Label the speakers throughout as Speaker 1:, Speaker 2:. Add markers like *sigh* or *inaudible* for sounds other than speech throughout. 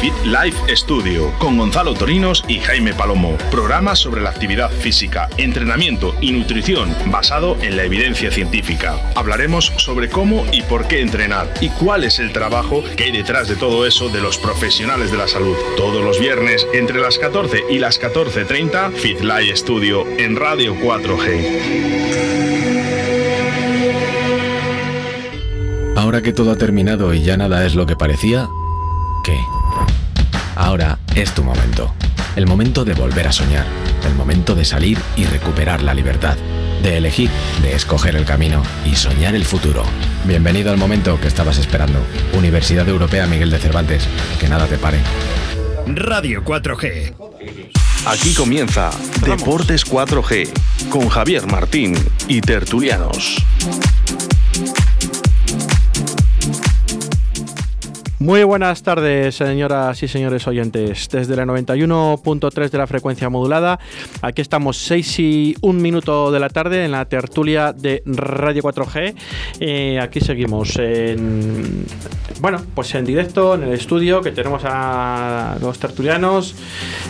Speaker 1: Fit Life Studio con Gonzalo Torinos y Jaime Palomo. Programa sobre la actividad física, entrenamiento y nutrición basado en la evidencia científica. Hablaremos sobre cómo y por qué entrenar y cuál es el trabajo que hay detrás de todo eso de los profesionales de la salud. Todos los viernes entre las 14 y las 14.30 Fit Life Studio en Radio 4G.
Speaker 2: Ahora que todo ha terminado y ya nada es lo que parecía, ¿qué? Ahora es tu momento. El momento de volver a soñar. El momento de salir y recuperar la libertad. De elegir, de escoger el camino y soñar el futuro. Bienvenido al momento que estabas esperando. Universidad Europea Miguel de Cervantes. Que nada te pare.
Speaker 3: Radio 4G.
Speaker 1: Aquí comienza Deportes 4G con Javier Martín y Tertulianos.
Speaker 4: Muy buenas tardes, señoras y señores oyentes. Desde la 91.3 de la frecuencia modulada, aquí estamos 6 y 1 minuto de la tarde en la tertulia de Radio 4G. Eh, aquí seguimos en. Bueno, pues en directo, en el estudio que tenemos a los tertulianos.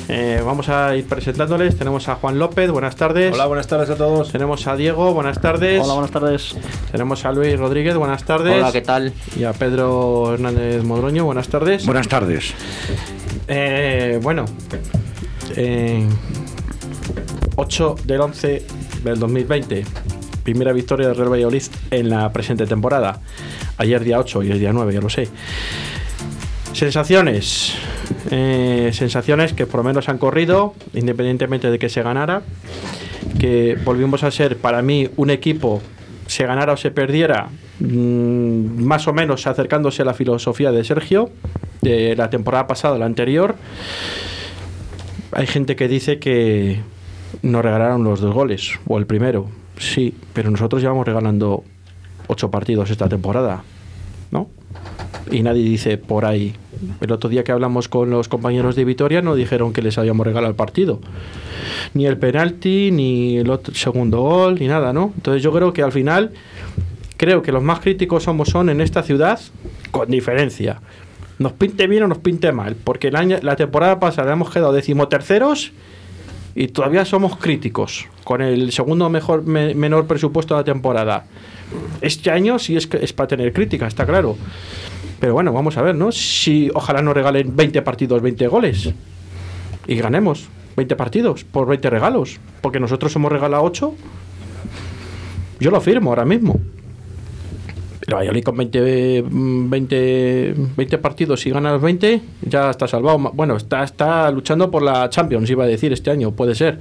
Speaker 4: Eh, vamos a ir presentándoles. Tenemos a Juan López, buenas tardes.
Speaker 5: Hola, buenas tardes a todos.
Speaker 4: Tenemos a Diego, buenas tardes.
Speaker 6: Hola, buenas tardes.
Speaker 4: Tenemos a Luis Rodríguez, buenas tardes.
Speaker 7: Hola, ¿qué tal?
Speaker 4: Y a Pedro Hernández Rodroño, buenas tardes.
Speaker 8: Buenas tardes.
Speaker 4: Eh, bueno, eh, 8 del 11 del 2020, primera victoria del Real Valladolid en la presente temporada. Ayer día 8 y el día 9, ya lo sé. Sensaciones, eh, sensaciones que por lo menos han corrido, independientemente de que se ganara, que volvimos a ser para mí un equipo se ganara o se perdiera, mm, más o menos acercándose a la filosofía de Sergio, de la temporada pasada, la anterior, hay gente que dice que nos regalaron los dos goles, o el primero, sí, pero nosotros llevamos regalando ocho partidos esta temporada, ¿no? Y nadie dice por ahí. El otro día que hablamos con los compañeros de Vitoria no dijeron que les habíamos regalado el partido. Ni el penalti, ni el otro segundo gol, ni nada, ¿no? Entonces yo creo que al final, creo que los más críticos somos son en esta ciudad, con diferencia. Nos pinte bien o nos pinte mal, porque el año, la temporada pasada hemos quedado decimoterceros y todavía somos críticos con el segundo mejor me, menor presupuesto de la temporada. Este año sí es, es para tener crítica, está claro. Pero bueno, vamos a ver, ¿no? Si ojalá nos regalen 20 partidos, 20 goles y ganemos 20 partidos por 20 regalos, porque nosotros hemos regalado 8. Yo lo firmo ahora mismo. El Valladolid con 20, 20, 20 partidos y gana los 20, ya está salvado. Bueno, está, está luchando por la Champions, iba a decir, este año, puede ser.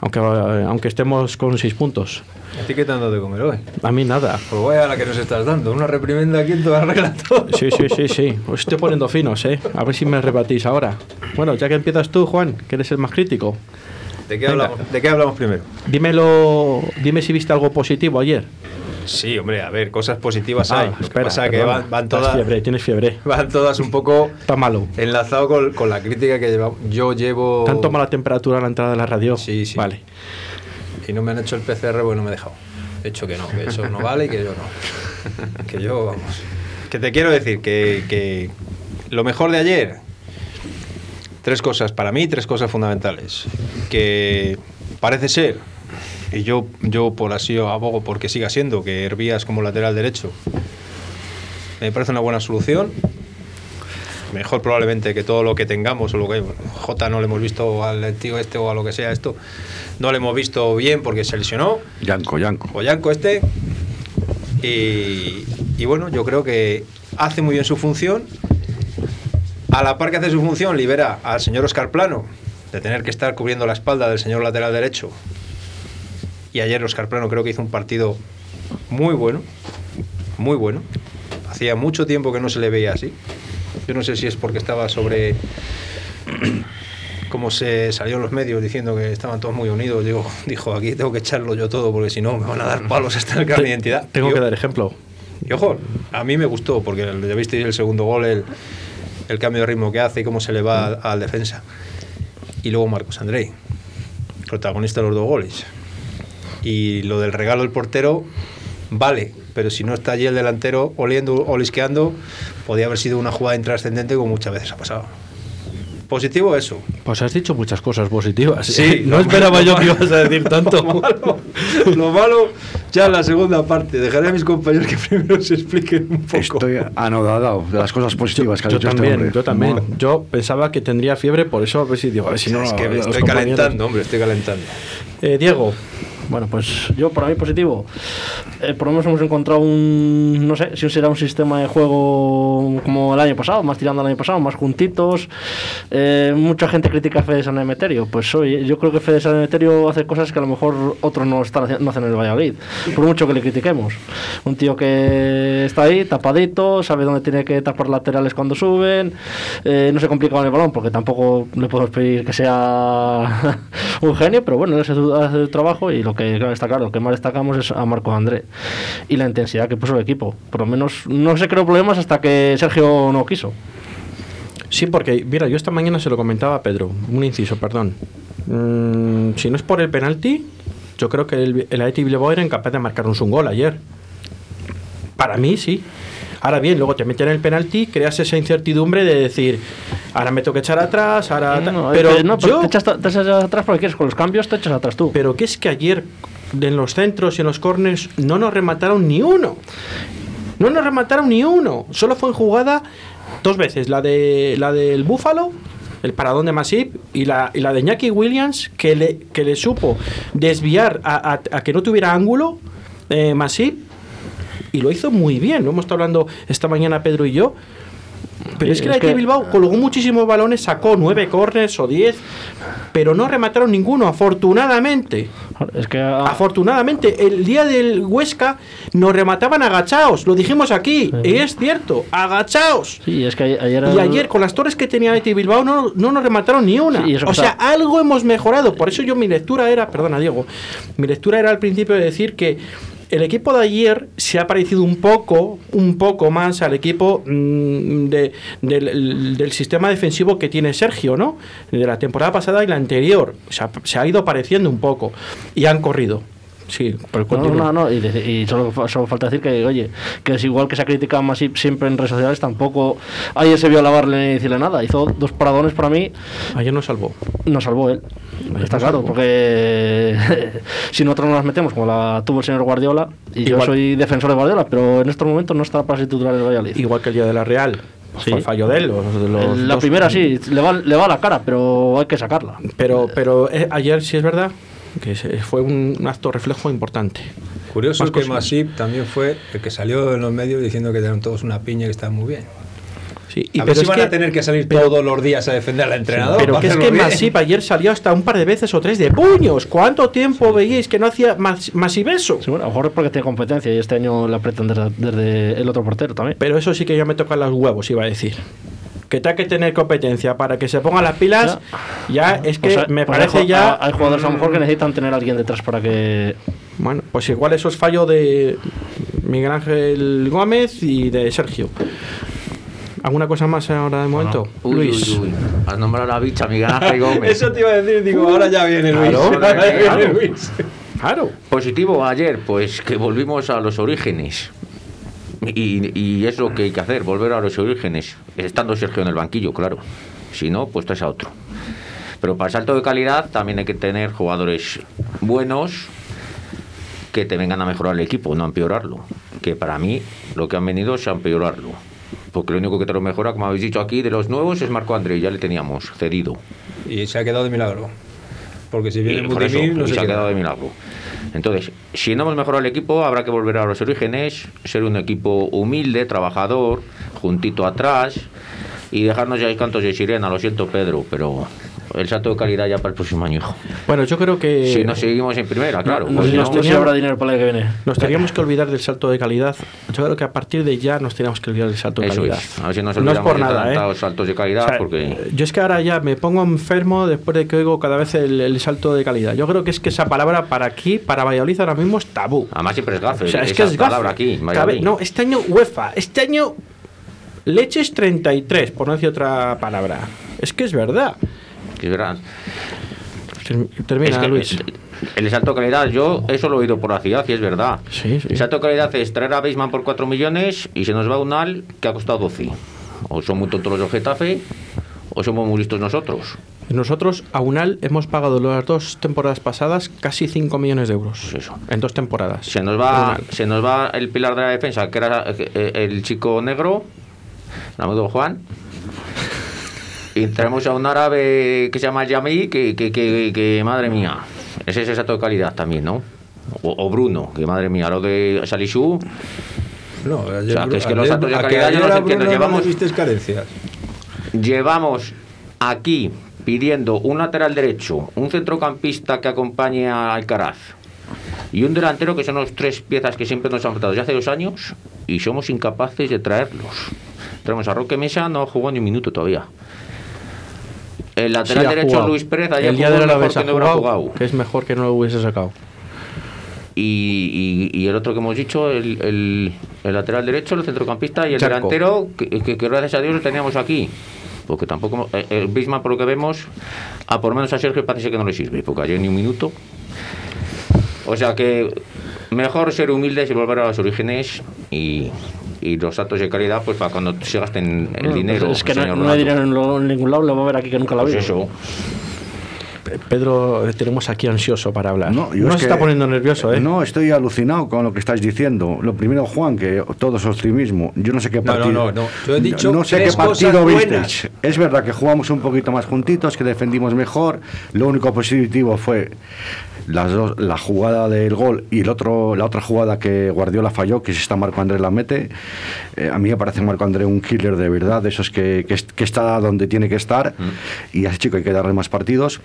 Speaker 4: Aunque, eh, aunque estemos con 6 puntos.
Speaker 5: ¿A ti qué te han dado de comer hoy?
Speaker 4: A mí nada.
Speaker 5: Pues vaya la que nos estás dando. Una reprimenda aquí en toda regla *laughs* todo.
Speaker 4: Sí, sí, sí, sí. Os estoy poniendo finos, ¿eh? A ver si me rebatís ahora. Bueno, ya que empiezas tú, Juan, que eres el más crítico.
Speaker 5: ¿De qué, hablamos, ¿De qué hablamos primero?
Speaker 4: Dímelo, dime si viste algo positivo ayer.
Speaker 5: Sí, hombre, a ver, cosas positivas ah, hay. Espera, que pasa perdona, que van, van todas.
Speaker 4: Fiebre, tienes fiebre.
Speaker 5: *laughs* Van todas un poco.
Speaker 4: Está malo.
Speaker 5: Enlazado con, con, la crítica que llevamos. Yo llevo.
Speaker 4: ¿Te han tomado la temperatura a la entrada de la radio?
Speaker 5: Oh. Sí, sí.
Speaker 4: Vale.
Speaker 5: Y no me han hecho el PCR porque pues no me he dejado. He hecho que no, que eso no vale y que yo no. Que yo, vamos. Que te quiero decir que, que lo mejor de ayer. Tres cosas para mí, tres cosas fundamentales. Que parece ser y yo, yo por así abogo porque siga siendo que Hervías como lateral derecho me parece una buena solución mejor probablemente que todo lo que tengamos o lo que J no le hemos visto al tío este o a lo que sea esto no le hemos visto bien porque se lesionó
Speaker 8: Yanco Yanco
Speaker 5: o Yanco este y, y bueno yo creo que hace muy bien su función a la par que hace su función libera al señor Oscar Plano de tener que estar cubriendo la espalda del señor lateral derecho y ayer Oscar Plano creo que hizo un partido muy bueno, muy bueno. Hacía mucho tiempo que no se le veía así. Yo no sé si es porque estaba sobre. *clears throat* Como se salió en los medios diciendo que estaban todos muy unidos, digo, dijo, aquí tengo que echarlo yo todo porque si no me van a dar palos hasta el cargo de identidad.
Speaker 4: Tengo yo, que dar ejemplo.
Speaker 5: Y ojo, a mí me gustó porque ya visteis el segundo gol, el, el cambio de ritmo que hace y cómo se le va al, al defensa. Y luego Marcos Andrei, protagonista de los dos goles y lo del regalo del portero vale, pero si no está allí el delantero oliendo, olisqueando, podía haber sido una jugada intrascendente como muchas veces ha pasado. Positivo eso.
Speaker 4: Pues has dicho muchas cosas positivas. ¿eh?
Speaker 5: *laughs* Sí,
Speaker 4: *laughs* no
Speaker 5: lo
Speaker 4: esperaba
Speaker 5: malo,
Speaker 4: yo
Speaker 5: lo
Speaker 4: que
Speaker 5: malo.
Speaker 4: ibas a decir tanto.
Speaker 5: Lo malo, lo malo, ya en la segunda parte. Dejaré a mis compañeros que *laughs* primero se expliquen un poco.
Speaker 6: Estoy anodado de las cosas positivas que ha
Speaker 4: Yo
Speaker 6: dicho este
Speaker 4: también,
Speaker 6: hombre.
Speaker 4: yo también.
Speaker 6: Madre.
Speaker 4: Yo pensaba que tendría fiebre, por eso a ver si digo, a ver si no.
Speaker 5: es que
Speaker 4: los
Speaker 5: estoy
Speaker 4: compañeros-
Speaker 5: calentando, hombre, estoy calentando.
Speaker 4: Eh, Diego,
Speaker 7: Bueno, pues yo para mí positivo. Eh, por lo menos hemos encontrado un, no sé, si será un sistema de juego como el año pasado, más tirando al año pasado, más juntitos. Eh, mucha gente critica a Fede San Emeterio. Pues oye, yo creo que Fede San Emeterio hace cosas que a lo mejor otros no, están, haci- no hacen en el Valladolid, por mucho que le critiquemos. Un tío que está ahí, tapadito, sabe dónde tiene que tapar laterales cuando suben, eh, no se complica con el balón, porque tampoco le podemos pedir que sea *laughs* un genio, pero bueno, él hace su, hace su trabajo y lo que claro, está claro, lo que más destacamos es a Marco André y la intensidad que puso el equipo. Por lo menos no se creó problemas hasta que Sergio no quiso.
Speaker 4: Sí, porque, mira, yo esta mañana se lo comentaba a Pedro, un inciso, perdón. Mm, si no es por el penalti, yo creo que el, el Athletic Bilbao era incapaz de marcarnos un gol ayer. Para mí, sí. Ahora bien, luego te meten el penalti, creas esa incertidumbre de decir, ahora me tengo que echar atrás, ahora... Ah, ta-
Speaker 7: No,
Speaker 4: pero,
Speaker 7: eh, no, pero
Speaker 4: yo-
Speaker 7: te, echas, te echas atrás porque quieres, con los cambios te echas atrás tú.
Speaker 4: pero que es que ayer en los centros y en los corners no nos remataron ni uno. No nos remataron ni uno. Solo fue en jugada dos veces. La de la del Búfalo, el paradón de Masip, y la, y la de Iñaki Williams, que le, que le supo desviar a, a- a que no tuviera ángulo eh, Masip. Y lo hizo muy bien. Lo hemos estado hablando esta mañana Pedro y yo. Pero es
Speaker 7: Es
Speaker 4: que el Athletic
Speaker 7: que-
Speaker 4: Bilbao colgó muchísimos balones, sacó nueve corners o diez, pero no remataron ninguno, afortunadamente.
Speaker 7: Es que ah,
Speaker 4: Afortunadamente, el día del Huesca nos remataban agachaos, lo dijimos aquí, y es cierto, agachaos.
Speaker 7: sí, es que a- ayer
Speaker 4: Y
Speaker 7: el-
Speaker 4: ayer con las torres que tenía Athletic Bilbao no, no nos remataron ni una.
Speaker 7: Sí, y eso
Speaker 4: o
Speaker 7: que
Speaker 4: sea,
Speaker 7: está-
Speaker 4: algo hemos mejorado. Por eso yo mi lectura era, perdona Diego, mi lectura era al principio de decir que el equipo de ayer se ha parecido un poco, un poco más al equipo mm, de- del, del sistema defensivo que tiene Sergio, ¿no? De la temporada pasada y la anterior. Se ha, se ha ido pareciendo un poco. Y han corrido. Sí, pero
Speaker 7: No, no,
Speaker 4: continúa.
Speaker 7: no, y, deci- y solo, fa- solo falta decir que, oye, que es igual que se ha criticado más y- siempre en redes sociales, tampoco ayer se vio lavarle ni decirle nada. Hizo dos paradones para mí,
Speaker 4: Ayer nos salvó.
Speaker 7: nos salvó él. Está claro, porque *laughs* si nosotros no las metemos, como la tuvo el señor Guardiola, y yo
Speaker 4: Igual.
Speaker 7: soy defensor de Guardiola, pero en estos momentos no está para ser titular el Valladolid.
Speaker 4: Igual que el día de la Real.
Speaker 7: Sí.
Speaker 4: Fue fallo de él. los- los
Speaker 7: la
Speaker 4: dos-
Speaker 7: primera sí, le va, le va a la cara, pero hay que sacarla.
Speaker 4: Pero, pero eh, ayer sí es verdad que se- fue un, un acto reflejo importante.
Speaker 5: Curioso
Speaker 4: Más
Speaker 5: que
Speaker 4: cosas.
Speaker 5: Masip también fue el que salió en los medios diciendo que eran todos una piña y que estaban muy bien.
Speaker 4: Sí,
Speaker 5: a ver si
Speaker 4: es
Speaker 5: van a tener que salir
Speaker 4: pero-
Speaker 5: todos los días a defender al entrenador.
Speaker 4: Pero
Speaker 5: para
Speaker 4: que es que
Speaker 5: hacerlo bien.
Speaker 4: Masip ayer salió hasta un par de veces o tres de puños. ¿Cuánto tiempo veíais que no hacía Mas- Masip eso?
Speaker 7: Sí, bueno, a lo mejor es porque tiene competencia y este año la apretan desde, desde el otro portero también.
Speaker 4: Pero eso sí que ya me tocan los huevos, iba a decir. Que te hay que tener competencia para que se pongan las pilas. Ya, es que
Speaker 7: O sea,
Speaker 4: me
Speaker 7: pues
Speaker 4: parece
Speaker 7: hay, ju-
Speaker 4: ya. Mm,
Speaker 7: a- Hay jugadores a lo mejor que necesitan tener a alguien detrás para que.
Speaker 4: Bueno, pues igual eso es fallo de Miguel Ángel Gómez y de Sergio. ¿Alguna cosa más ahora de momento?
Speaker 8: Uy,
Speaker 4: Luis.
Speaker 8: Uy, uy. Has nombrado a la bicha, Miguel Ángel Gómez.
Speaker 5: *laughs* Eso te iba a decir, digo, ahora ya viene Luis.
Speaker 8: Claro,
Speaker 5: ahora ya
Speaker 8: claro.
Speaker 5: viene Luis.
Speaker 4: Claro.
Speaker 8: Positivo ayer, pues que volvimos a los orígenes. Y, y es lo que hay que hacer, volver a los orígenes. Estando Sergio en el banquillo, claro. Si no, pues traes a otro. Pero para el salto de calidad también hay que tener jugadores buenos que te vengan a mejorar el equipo, no a empeorarlo. Que para mí lo que han venido es a empeorarlo. Porque lo único que te lo mejora, como habéis dicho aquí, de los nuevos es Marco André, ya le teníamos cedido.
Speaker 5: Y se ha quedado de milagro. Porque si viene
Speaker 8: Y por eso,
Speaker 5: Budimir, no
Speaker 8: y
Speaker 5: se,
Speaker 8: se ha
Speaker 5: queda.
Speaker 8: quedado de milagro. Entonces, si no hemos mejorado el equipo, habrá que volver a los orígenes, ser un equipo humilde, trabajador, juntito atrás y dejarnos ya cantos de sirena. Lo siento, Pedro, pero el salto de calidad ya para el próximo año, hijo.
Speaker 4: Bueno, yo creo que
Speaker 8: Si no seguimos en primera, claro.
Speaker 7: no
Speaker 8: pues
Speaker 7: sé
Speaker 8: si
Speaker 7: no
Speaker 8: no-
Speaker 7: sé si habrá dinero para el año que viene.
Speaker 4: nos teníamos que olvidar del salto de calidad. Yo creo que a partir de ya nos teníamos que olvidar del salto de
Speaker 8: Eso
Speaker 4: calidad.
Speaker 8: es. A ver si nos
Speaker 4: no es
Speaker 8: olvidamos
Speaker 4: por
Speaker 8: de
Speaker 4: nada, ¿eh?
Speaker 8: tantos saltos de calidad,
Speaker 4: O sea,
Speaker 8: porque
Speaker 4: Yo es que ahora ya me pongo enfermo después de que oigo cada vez el, el salto de calidad. Yo creo que es que esa palabra para aquí, para Valladolid ahora mismo es tabú.
Speaker 8: además siempre es gafe.
Speaker 4: O sea, es
Speaker 8: Ah, esa
Speaker 4: que es gafe.
Speaker 8: palabra aquí. en
Speaker 4: Cabe-
Speaker 8: Valladolid.
Speaker 4: no, este año UEFA, este año Leches 33, por no decir otra palabra. Es que es verdad.
Speaker 8: Es verdad.
Speaker 4: Term- Termina,
Speaker 8: Es que,
Speaker 4: Luis.
Speaker 8: eh, El salto de calidad, yo eso lo he oído por la ciudad y es verdad.
Speaker 4: Sí, sí.
Speaker 8: El salto de calidad es traer a Beisman por 4 millones y se nos va un al que ha costado 12. O son muy tontos los del Getafe o somos muy listos nosotros.
Speaker 4: Nosotros a UNAL hemos pagado las dos temporadas pasadas casi 5 millones de euros.
Speaker 8: Pues eso.
Speaker 4: En dos temporadas.
Speaker 8: Se nos va,
Speaker 4: Unal.
Speaker 8: se nos va el pilar de la defensa, que era eh, el chico negro, el amigo Juan. Y entramos a un árabe que se llama Yami, que, que, que- que, madre mía, ese es exacto de calidad también, ¿no? O, o Bruno, que madre mía, lo de Salisu,
Speaker 5: No, ayer,
Speaker 8: O sea, que es que los
Speaker 5: ayer-
Speaker 8: datos de
Speaker 5: a que
Speaker 8: calidad yo
Speaker 5: ayer
Speaker 8: no los
Speaker 5: a
Speaker 8: entiendo,
Speaker 5: Bruno
Speaker 8: llevamos-
Speaker 5: le visteis carencias.
Speaker 8: llevamos aquí pidiendo un lateral derecho, un centrocampista que acompañe a Alcaraz y un delantero que son los tres piezas que siempre nos han faltado desde hace dos años y somos incapaces de traerlos. Traemos a Roque Mesa, no jugó ni un minuto todavía. El lateral
Speaker 4: Sí, ha
Speaker 8: derecho
Speaker 4: jugado.
Speaker 8: Luis Pérez ayer
Speaker 4: el día
Speaker 8: jugó
Speaker 4: de la
Speaker 8: mejor
Speaker 4: vez
Speaker 8: que
Speaker 4: ha
Speaker 8: no hubiera
Speaker 4: jugado,
Speaker 8: jugado.
Speaker 4: que es mejor que no lo hubiese sacado.
Speaker 8: Y, y- y el otro que hemos dicho, el, el- el lateral derecho, el centrocampista y el
Speaker 4: Charco.
Speaker 8: delantero, que, que- que gracias a Dios lo teníamos aquí. Porque tampoco. eh, El Bismarck, por lo que vemos, a por menos a Sergio parece que no le sirve, porque ayer ni un minuto. O sea que mejor ser humildes y volver a los orígenes y, y los datos de calidad, pues para cuando se gasten el
Speaker 7: Bueno,
Speaker 8: dinero.
Speaker 7: pues es que no,
Speaker 8: señor
Speaker 7: no hay
Speaker 8: Renato.
Speaker 7: dinero en, lo- en ningún lado, lo va a ver aquí que nunca la
Speaker 8: Pues
Speaker 7: veo.
Speaker 8: eso.
Speaker 4: Pedro, le tenemos aquí ansioso para hablar. No,
Speaker 9: Eh, yo es
Speaker 4: se
Speaker 9: que-
Speaker 4: está poniendo nervioso, ¿eh?
Speaker 9: No, estoy alucinado con lo que estáis diciendo. Lo primero, Juan, que todo es optimismo. Yo no sé qué
Speaker 5: No, no,
Speaker 9: partido.
Speaker 5: no, no. Yo he dicho
Speaker 9: no, no sé qué
Speaker 5: tres cosas
Speaker 9: partido
Speaker 5: buenas.
Speaker 9: visteis. Es verdad que jugamos un poquito más juntitos, que defendimos mejor. Lo único positivo fue las dos, la jugada del gol y el otro, la otra jugada que Guardiola falló, que si está Marco Andrés la mete. Eh, a mí me parece Marco Andrés un killer de verdad, de esos que, que, est- que está donde tiene que estar.
Speaker 7: Mm.
Speaker 9: Y a ese chico hay que darle más partidos.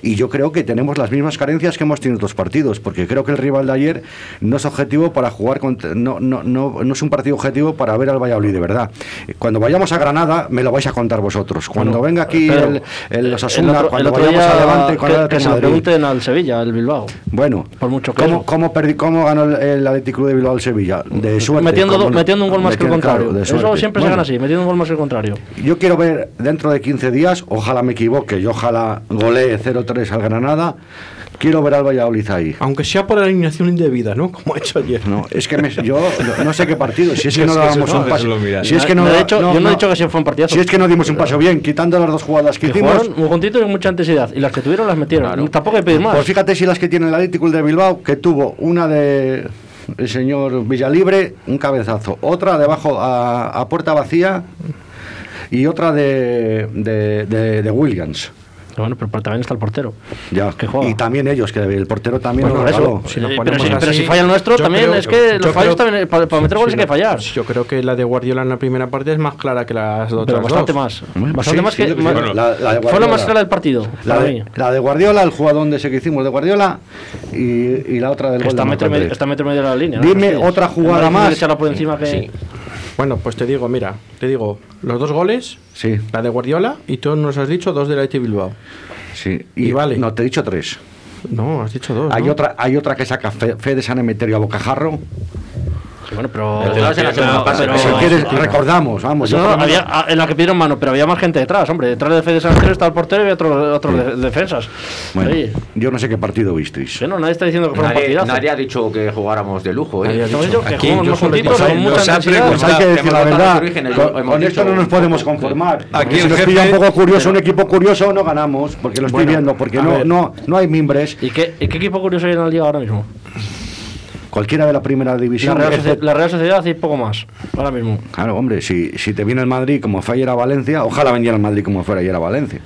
Speaker 9: Y yo creo que tenemos las mismas carencias que hemos tenido en otros partidos, porque creo que el rival de ayer no es objetivo para jugar contra- no, no, no, no es un partido objetivo para ver al Valladolid, de verdad. Cuando vayamos a Granada, me lo vais a contar vosotros. Cuando venga aquí
Speaker 7: eh, Pero,
Speaker 9: el, el
Speaker 7: el
Speaker 9: Osasuna,
Speaker 7: otro-
Speaker 9: cuando
Speaker 7: el otro
Speaker 9: vayamos
Speaker 7: día
Speaker 9: a Levante, cuando
Speaker 7: que, que
Speaker 9: vayamos
Speaker 7: se lo
Speaker 9: a Madrid.
Speaker 7: pregunten al Sevilla, al Bilbao.
Speaker 9: Bueno,
Speaker 7: Por mucho que
Speaker 9: ¿cómo,
Speaker 7: eso.
Speaker 9: cómo, perdi- cómo ganó el, el Athletic Club de Bilbao al Sevilla? De suerte.
Speaker 7: metiendo, do-
Speaker 9: como no-
Speaker 7: metiendo un gol más que el
Speaker 9: metiendo- claro,
Speaker 7: contrario.
Speaker 9: de
Speaker 7: eso
Speaker 9: suerte.
Speaker 7: siempre se
Speaker 9: Bueno,
Speaker 7: gana así, metiendo un gol más que el contrario.
Speaker 9: Yo quiero ver dentro de 15 días, ojalá me equivoque, yo ojalá golee 0-3 al Granada. Quiero ver al Valladolid ahí.
Speaker 4: Aunque sea por alineación indebida, ¿no? *laughs* Como ha hecho ayer.
Speaker 9: No, es que me- yo no- no sé qué partido, si es que
Speaker 5: Es
Speaker 9: no
Speaker 5: que
Speaker 9: dábamos
Speaker 5: eso no,
Speaker 9: un paso.
Speaker 5: eso lo miran.
Speaker 9: Si es que no,
Speaker 7: No, de hecho, yo no he dicho que
Speaker 9: si,
Speaker 7: se fue un partidazo.
Speaker 9: es que no dimos un paso bien, quitando las dos jugadas que
Speaker 7: Que
Speaker 9: hicimos.
Speaker 7: jugaron muy juntitos y con mucha intensidad. Y las que tuvieron las metieron.
Speaker 8: Claro.
Speaker 7: Tampoco hay que pedir más.
Speaker 9: Pues fíjate si las que tiene el Atlético de Bilbao, que tuvo una de el señor Villalibre, un cabezazo, otra debajo a, a puerta vacía y otra de, de- de- de Williams.
Speaker 7: Pero bueno, pero, pero también está el portero.
Speaker 9: Ya.
Speaker 7: Que juega.
Speaker 9: Y también ellos, que el portero también
Speaker 7: Bueno,
Speaker 9: lo
Speaker 7: eso,
Speaker 9: regaló.
Speaker 4: si nos
Speaker 7: Eh, pero,
Speaker 4: ponemos
Speaker 7: si, pero
Speaker 4: así,
Speaker 7: si falla el nuestro,
Speaker 4: yo
Speaker 7: también
Speaker 4: creo-
Speaker 7: es que
Speaker 4: yo
Speaker 7: los fallos
Speaker 4: creo-
Speaker 7: también. eh, Para, para meter goles
Speaker 4: Sí,
Speaker 7: hay que
Speaker 4: no,
Speaker 7: fallar.
Speaker 4: Yo creo que la de Guardiola en la primera parte es más clara que las otras
Speaker 7: Pero bastante
Speaker 4: dos.
Speaker 7: más. Bastante
Speaker 9: pues Sí,
Speaker 7: más
Speaker 9: sí,
Speaker 7: que.
Speaker 9: yo creo
Speaker 7: más-
Speaker 9: que sí. La- la de
Speaker 7: fue lo más
Speaker 9: Guardiola.
Speaker 7: claro del partido.
Speaker 9: La
Speaker 7: para
Speaker 9: de,
Speaker 7: mí.
Speaker 9: la de Guardiola, el jugadón de ese que hicimos de Guardiola y, y la otra del
Speaker 7: Que
Speaker 9: gol
Speaker 7: Está
Speaker 9: de
Speaker 7: a metro, y
Speaker 9: Marco
Speaker 7: medio-
Speaker 9: Andrés.
Speaker 7: está a metro y medio de la línea. ¿no?
Speaker 9: Dime
Speaker 7: Los pies.
Speaker 9: otra jugada
Speaker 7: Además,
Speaker 9: más.
Speaker 7: de echarla por encima que.
Speaker 8: Sí.
Speaker 4: Bueno, pues te digo, mira, te digo, los dos goles,
Speaker 9: Sí,
Speaker 4: la de Guardiola y tú nos has dicho dos del IT Bilbao.
Speaker 9: sí.
Speaker 4: Y vale.
Speaker 9: No, te he dicho tres.
Speaker 4: No, has dicho dos.
Speaker 9: Hay,
Speaker 4: ¿no?
Speaker 9: otra, hay otra que saca Fe, Fede San Emeterio a Bocajarro.
Speaker 7: Bueno, pero.
Speaker 8: Pero te vas en la segunda parte,
Speaker 7: pero-
Speaker 8: que se
Speaker 9: Si quieres, recordamos, vamos. yo
Speaker 7: No,
Speaker 9: por lo menos-
Speaker 7: había- a- en la que pidieron mano, pero había más gente detrás, hombre. Detrás de Fede Sánchez estaba el portero y había otros otros de- defensas.
Speaker 9: Bueno,
Speaker 7: Oye,
Speaker 9: yo no sé qué partido visteis.
Speaker 7: sí, no, nadie está diciendo que fuera un
Speaker 8: Nadie,
Speaker 7: partidazo.
Speaker 8: nadie ha dicho que jugáramos de lujo, ¿eh?
Speaker 7: Estamos diciendo que
Speaker 5: Aquí,
Speaker 7: jugamos
Speaker 5: yo
Speaker 7: más
Speaker 5: solo
Speaker 7: juntitos,
Speaker 5: digo,
Speaker 7: con mucha
Speaker 5: nos ha
Speaker 7: intensidad.
Speaker 5: preguntado-
Speaker 9: Pues hay que
Speaker 8: Hemos
Speaker 9: decir la
Speaker 8: matado a los
Speaker 9: verdad.
Speaker 8: orígenes,
Speaker 9: Con,
Speaker 8: hemos
Speaker 9: con esto
Speaker 8: dicho-
Speaker 9: no nos podemos conformar.
Speaker 5: Aquí
Speaker 9: si
Speaker 5: el
Speaker 9: nos
Speaker 5: jefe-
Speaker 9: pilla un poco curioso, un equipo curioso, no ganamos. Porque lo estoy
Speaker 4: Bueno,
Speaker 9: viendo, porque
Speaker 4: a
Speaker 9: no,
Speaker 4: ver.
Speaker 9: no, no hay mimbres.
Speaker 7: ¿Y qué, y qué equipo curioso hay en la liga ahora mismo?
Speaker 9: Cualquiera de la primera
Speaker 7: La
Speaker 9: división.
Speaker 7: Real,
Speaker 9: excepto-
Speaker 7: Socie- la Real Sociedad y poco más, ahora mismo.
Speaker 9: Claro, hombre, si, si te viene el Madrid como fue ayer a Valencia, ojalá vendiera el Madrid como fuera ayer a Valencia.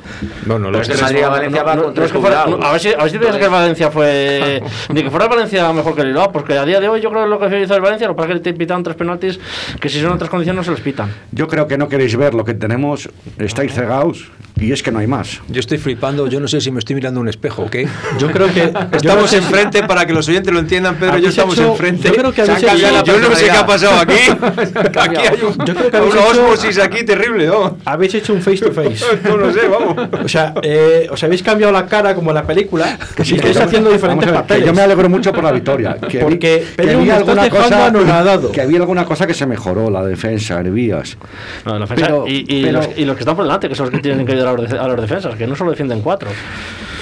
Speaker 5: Bueno,
Speaker 8: Pero
Speaker 5: los
Speaker 8: es que
Speaker 5: tres
Speaker 8: Madrid a Valencia va
Speaker 7: No, no es
Speaker 8: con tres
Speaker 7: que fuera-
Speaker 8: jubilados.
Speaker 7: no, a ver si, a ver si piensas que el Valencia fue. ni que fuera el Valencia mejor que el Bilbao, porque a día de hoy yo creo que lo que hizo el Valencia, lo que pasa es que te pitan tres penaltis que si son otras condiciones no se los pitan.
Speaker 9: Yo creo que no queréis ver lo que tenemos, estáis cegados y es que no hay más.
Speaker 5: Yo estoy flipando, yo no sé si me estoy mirando un espejo *laughs* o qué.
Speaker 4: Yo creo que. yo
Speaker 5: Estamos enfrente para que los oyentes lo entiendan, Pedro y yo
Speaker 4: Habéis
Speaker 5: estamos
Speaker 4: hecho-
Speaker 5: enfrente.
Speaker 4: yo creo que
Speaker 5: Se ha
Speaker 4: habéis hecho-
Speaker 5: cambiado la
Speaker 4: yo
Speaker 5: no sé qué ha pasado aquí.
Speaker 4: *laughs*
Speaker 5: aquí
Speaker 8: cambiado.
Speaker 5: hay un,
Speaker 4: Yo creo que habéis
Speaker 5: una
Speaker 4: hecho-
Speaker 5: osmosis aquí terrible, ¿no?
Speaker 4: Habéis hecho un face to face.
Speaker 5: *laughs* No lo sé, vamos.
Speaker 4: O sea, eh, os habéis cambiado la cara como en la película. Que si estáis
Speaker 9: yo-
Speaker 4: haciendo
Speaker 9: vamos
Speaker 4: diferentes
Speaker 9: a ver, que
Speaker 4: papeles.
Speaker 9: yo me alegro mucho por la victoria. Que vi-
Speaker 4: Porque
Speaker 9: que
Speaker 4: Pedro,
Speaker 9: vi
Speaker 4: me estás
Speaker 9: alguna
Speaker 4: dejando
Speaker 9: cosa-
Speaker 4: anonadado.
Speaker 9: que había alguna cosa que se mejoró, la defensa, Hervías.
Speaker 7: No, la defensa-
Speaker 9: Pero-
Speaker 7: y, y
Speaker 9: pero-
Speaker 7: los, y los que están por delante, que son los que tienen que ayudar a los, de- a los defensas, que no solo defienden cuatro.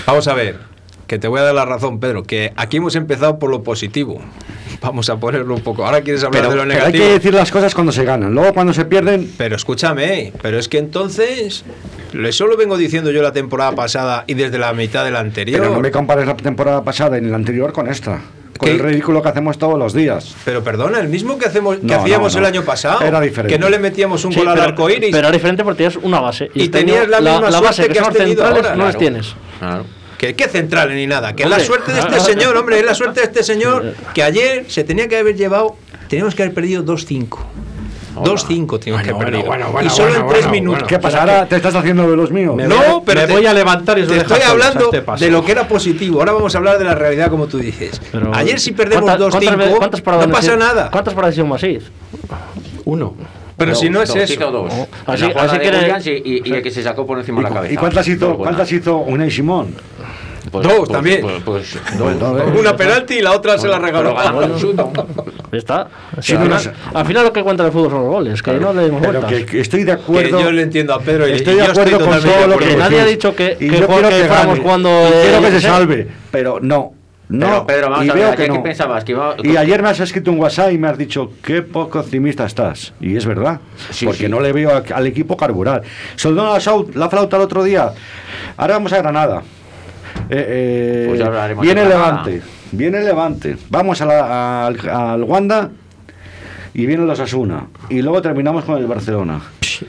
Speaker 5: Vamos a ver. que te voy a dar la razón, Pedro, que aquí hemos empezado por lo positivo. Vamos a ponerlo un poco. Ahora quieres hablar
Speaker 9: Pero,
Speaker 5: de lo
Speaker 9: pero hay
Speaker 5: negativo.
Speaker 9: que decir las cosas cuando se ganan. Luego cuando se pierden,
Speaker 5: Pero escúchame, pero es que entonces, le- eso lo vengo diciendo yo la temporada pasada y desde la mitad de la anterior.
Speaker 9: pero no me compares la temporada pasada ni la anterior con esta. Con
Speaker 5: ¿Qué?
Speaker 9: el ridículo que hacemos todos los días.
Speaker 5: Pero perdona, el mismo que hacemos, que
Speaker 9: No, no,
Speaker 5: hacíamos
Speaker 9: no.
Speaker 5: el año pasado,
Speaker 9: Era diferente.
Speaker 5: que no le metíamos un
Speaker 7: Sí,
Speaker 5: gol al
Speaker 7: pero-
Speaker 5: arco iris.
Speaker 7: Pero era diferente porque tenías una base.
Speaker 5: Y
Speaker 7: este
Speaker 5: tenías
Speaker 7: año
Speaker 5: la misma
Speaker 7: base,
Speaker 5: suerte que
Speaker 7: son
Speaker 5: has tenido
Speaker 7: centrales,
Speaker 5: ahora,
Speaker 7: no las
Speaker 5: claro.
Speaker 7: tienes.
Speaker 8: Claro.
Speaker 5: Que, que central ni nada, que es la
Speaker 7: Hombre.
Speaker 5: suerte de este señor, hombre, es la suerte de este señor que ayer se tenía que haber llevado, teníamos que haber perdido 2-5. 2-5 teníamos que haber perdido. y solo en 3 minutos.
Speaker 9: ¿Qué pasa? Ahora te estás haciendo de los míos.
Speaker 4: Me
Speaker 5: No,
Speaker 4: voy a-
Speaker 5: pero
Speaker 4: me
Speaker 5: te-
Speaker 4: voy a levantar y os
Speaker 5: Te
Speaker 4: voy a
Speaker 5: estoy
Speaker 4: dejar solos a
Speaker 5: hablando
Speaker 4: este paso.
Speaker 5: de lo que era positivo. Ahora vamos a hablar de la realidad, como tú dices.
Speaker 7: Pero-
Speaker 5: Ayer, si perdemos
Speaker 7: ¿Cuántas- cuántas ve- cuántas
Speaker 5: 2-5,
Speaker 7: paradas
Speaker 5: no pasa
Speaker 7: hicieron-
Speaker 5: nada.
Speaker 7: ¿Cuántas paradas hicieron Masí?
Speaker 4: Uno.
Speaker 5: Pero si no es
Speaker 8: Dos, hizo
Speaker 5: eso.
Speaker 8: dos.
Speaker 9: Oh,
Speaker 8: En la
Speaker 7: Así-
Speaker 8: jugada
Speaker 7: así
Speaker 8: de
Speaker 7: que le-
Speaker 8: Williams y, y- y el que se sacó por encima
Speaker 9: ¿Y,
Speaker 8: de la
Speaker 9: cu-
Speaker 8: cabeza.
Speaker 9: y cuántas hizo,
Speaker 8: Dos buenas.
Speaker 9: cuántas hizo Unai Simón?
Speaker 8: Pues-
Speaker 5: Dos
Speaker 8: pues-
Speaker 5: también.
Speaker 8: Pues, pues,
Speaker 9: Pues dos,
Speaker 8: dos.
Speaker 9: ¿eh?
Speaker 5: Una penalti y la otra se la regaló.
Speaker 8: Pero ganando
Speaker 5: *laughs*
Speaker 8: el suyo.
Speaker 7: Ya está. O
Speaker 9: Sí,
Speaker 7: sea,
Speaker 9: pero
Speaker 7: al,
Speaker 9: es-
Speaker 7: al final lo que cuenta el fútbol son los goles, que no le demos
Speaker 9: Pero
Speaker 7: vueltas.
Speaker 9: que, que estoy de
Speaker 5: Que
Speaker 9: acuerdo.
Speaker 5: yo le entiendo a Pedro y
Speaker 9: Estoy
Speaker 5: y
Speaker 9: de
Speaker 5: yo estoy
Speaker 9: acuerdo con
Speaker 5: totalmente de
Speaker 9: todo lo
Speaker 5: acuerdo
Speaker 9: que
Speaker 5: con
Speaker 7: Nadie
Speaker 5: ti.
Speaker 7: ha dicho que-
Speaker 9: Y
Speaker 7: que
Speaker 9: yo
Speaker 7: jue-
Speaker 9: quiero
Speaker 7: que
Speaker 9: que
Speaker 7: fuéramos
Speaker 9: gane.
Speaker 7: jugando,
Speaker 9: Y
Speaker 7: eh,
Speaker 9: quiero que
Speaker 7: yo
Speaker 9: se
Speaker 7: sé.
Speaker 9: salve, pero no. No,
Speaker 8: Pero, Pedro, vamos
Speaker 9: y
Speaker 8: a ver,
Speaker 9: veo
Speaker 8: ayer
Speaker 9: que
Speaker 8: ¿qué
Speaker 9: no.
Speaker 8: pensabas? Que iba-
Speaker 9: Y ayer me has escrito un WhatsApp y me has dicho qué poco optimista estás. Y es verdad,
Speaker 8: Sí,
Speaker 9: porque
Speaker 8: sí.
Speaker 9: no le veo a- al equipo carburar. Soldó la, sau- la flauta el otro día. Ahora vamos a Granada. Eh, eh,
Speaker 8: Pues ya hablaremos
Speaker 9: viene
Speaker 8: de Granada.
Speaker 9: Levante, viene Levante. Vamos a la- al, al Wanda y viene los Asuna. Y luego terminamos con el Barcelona.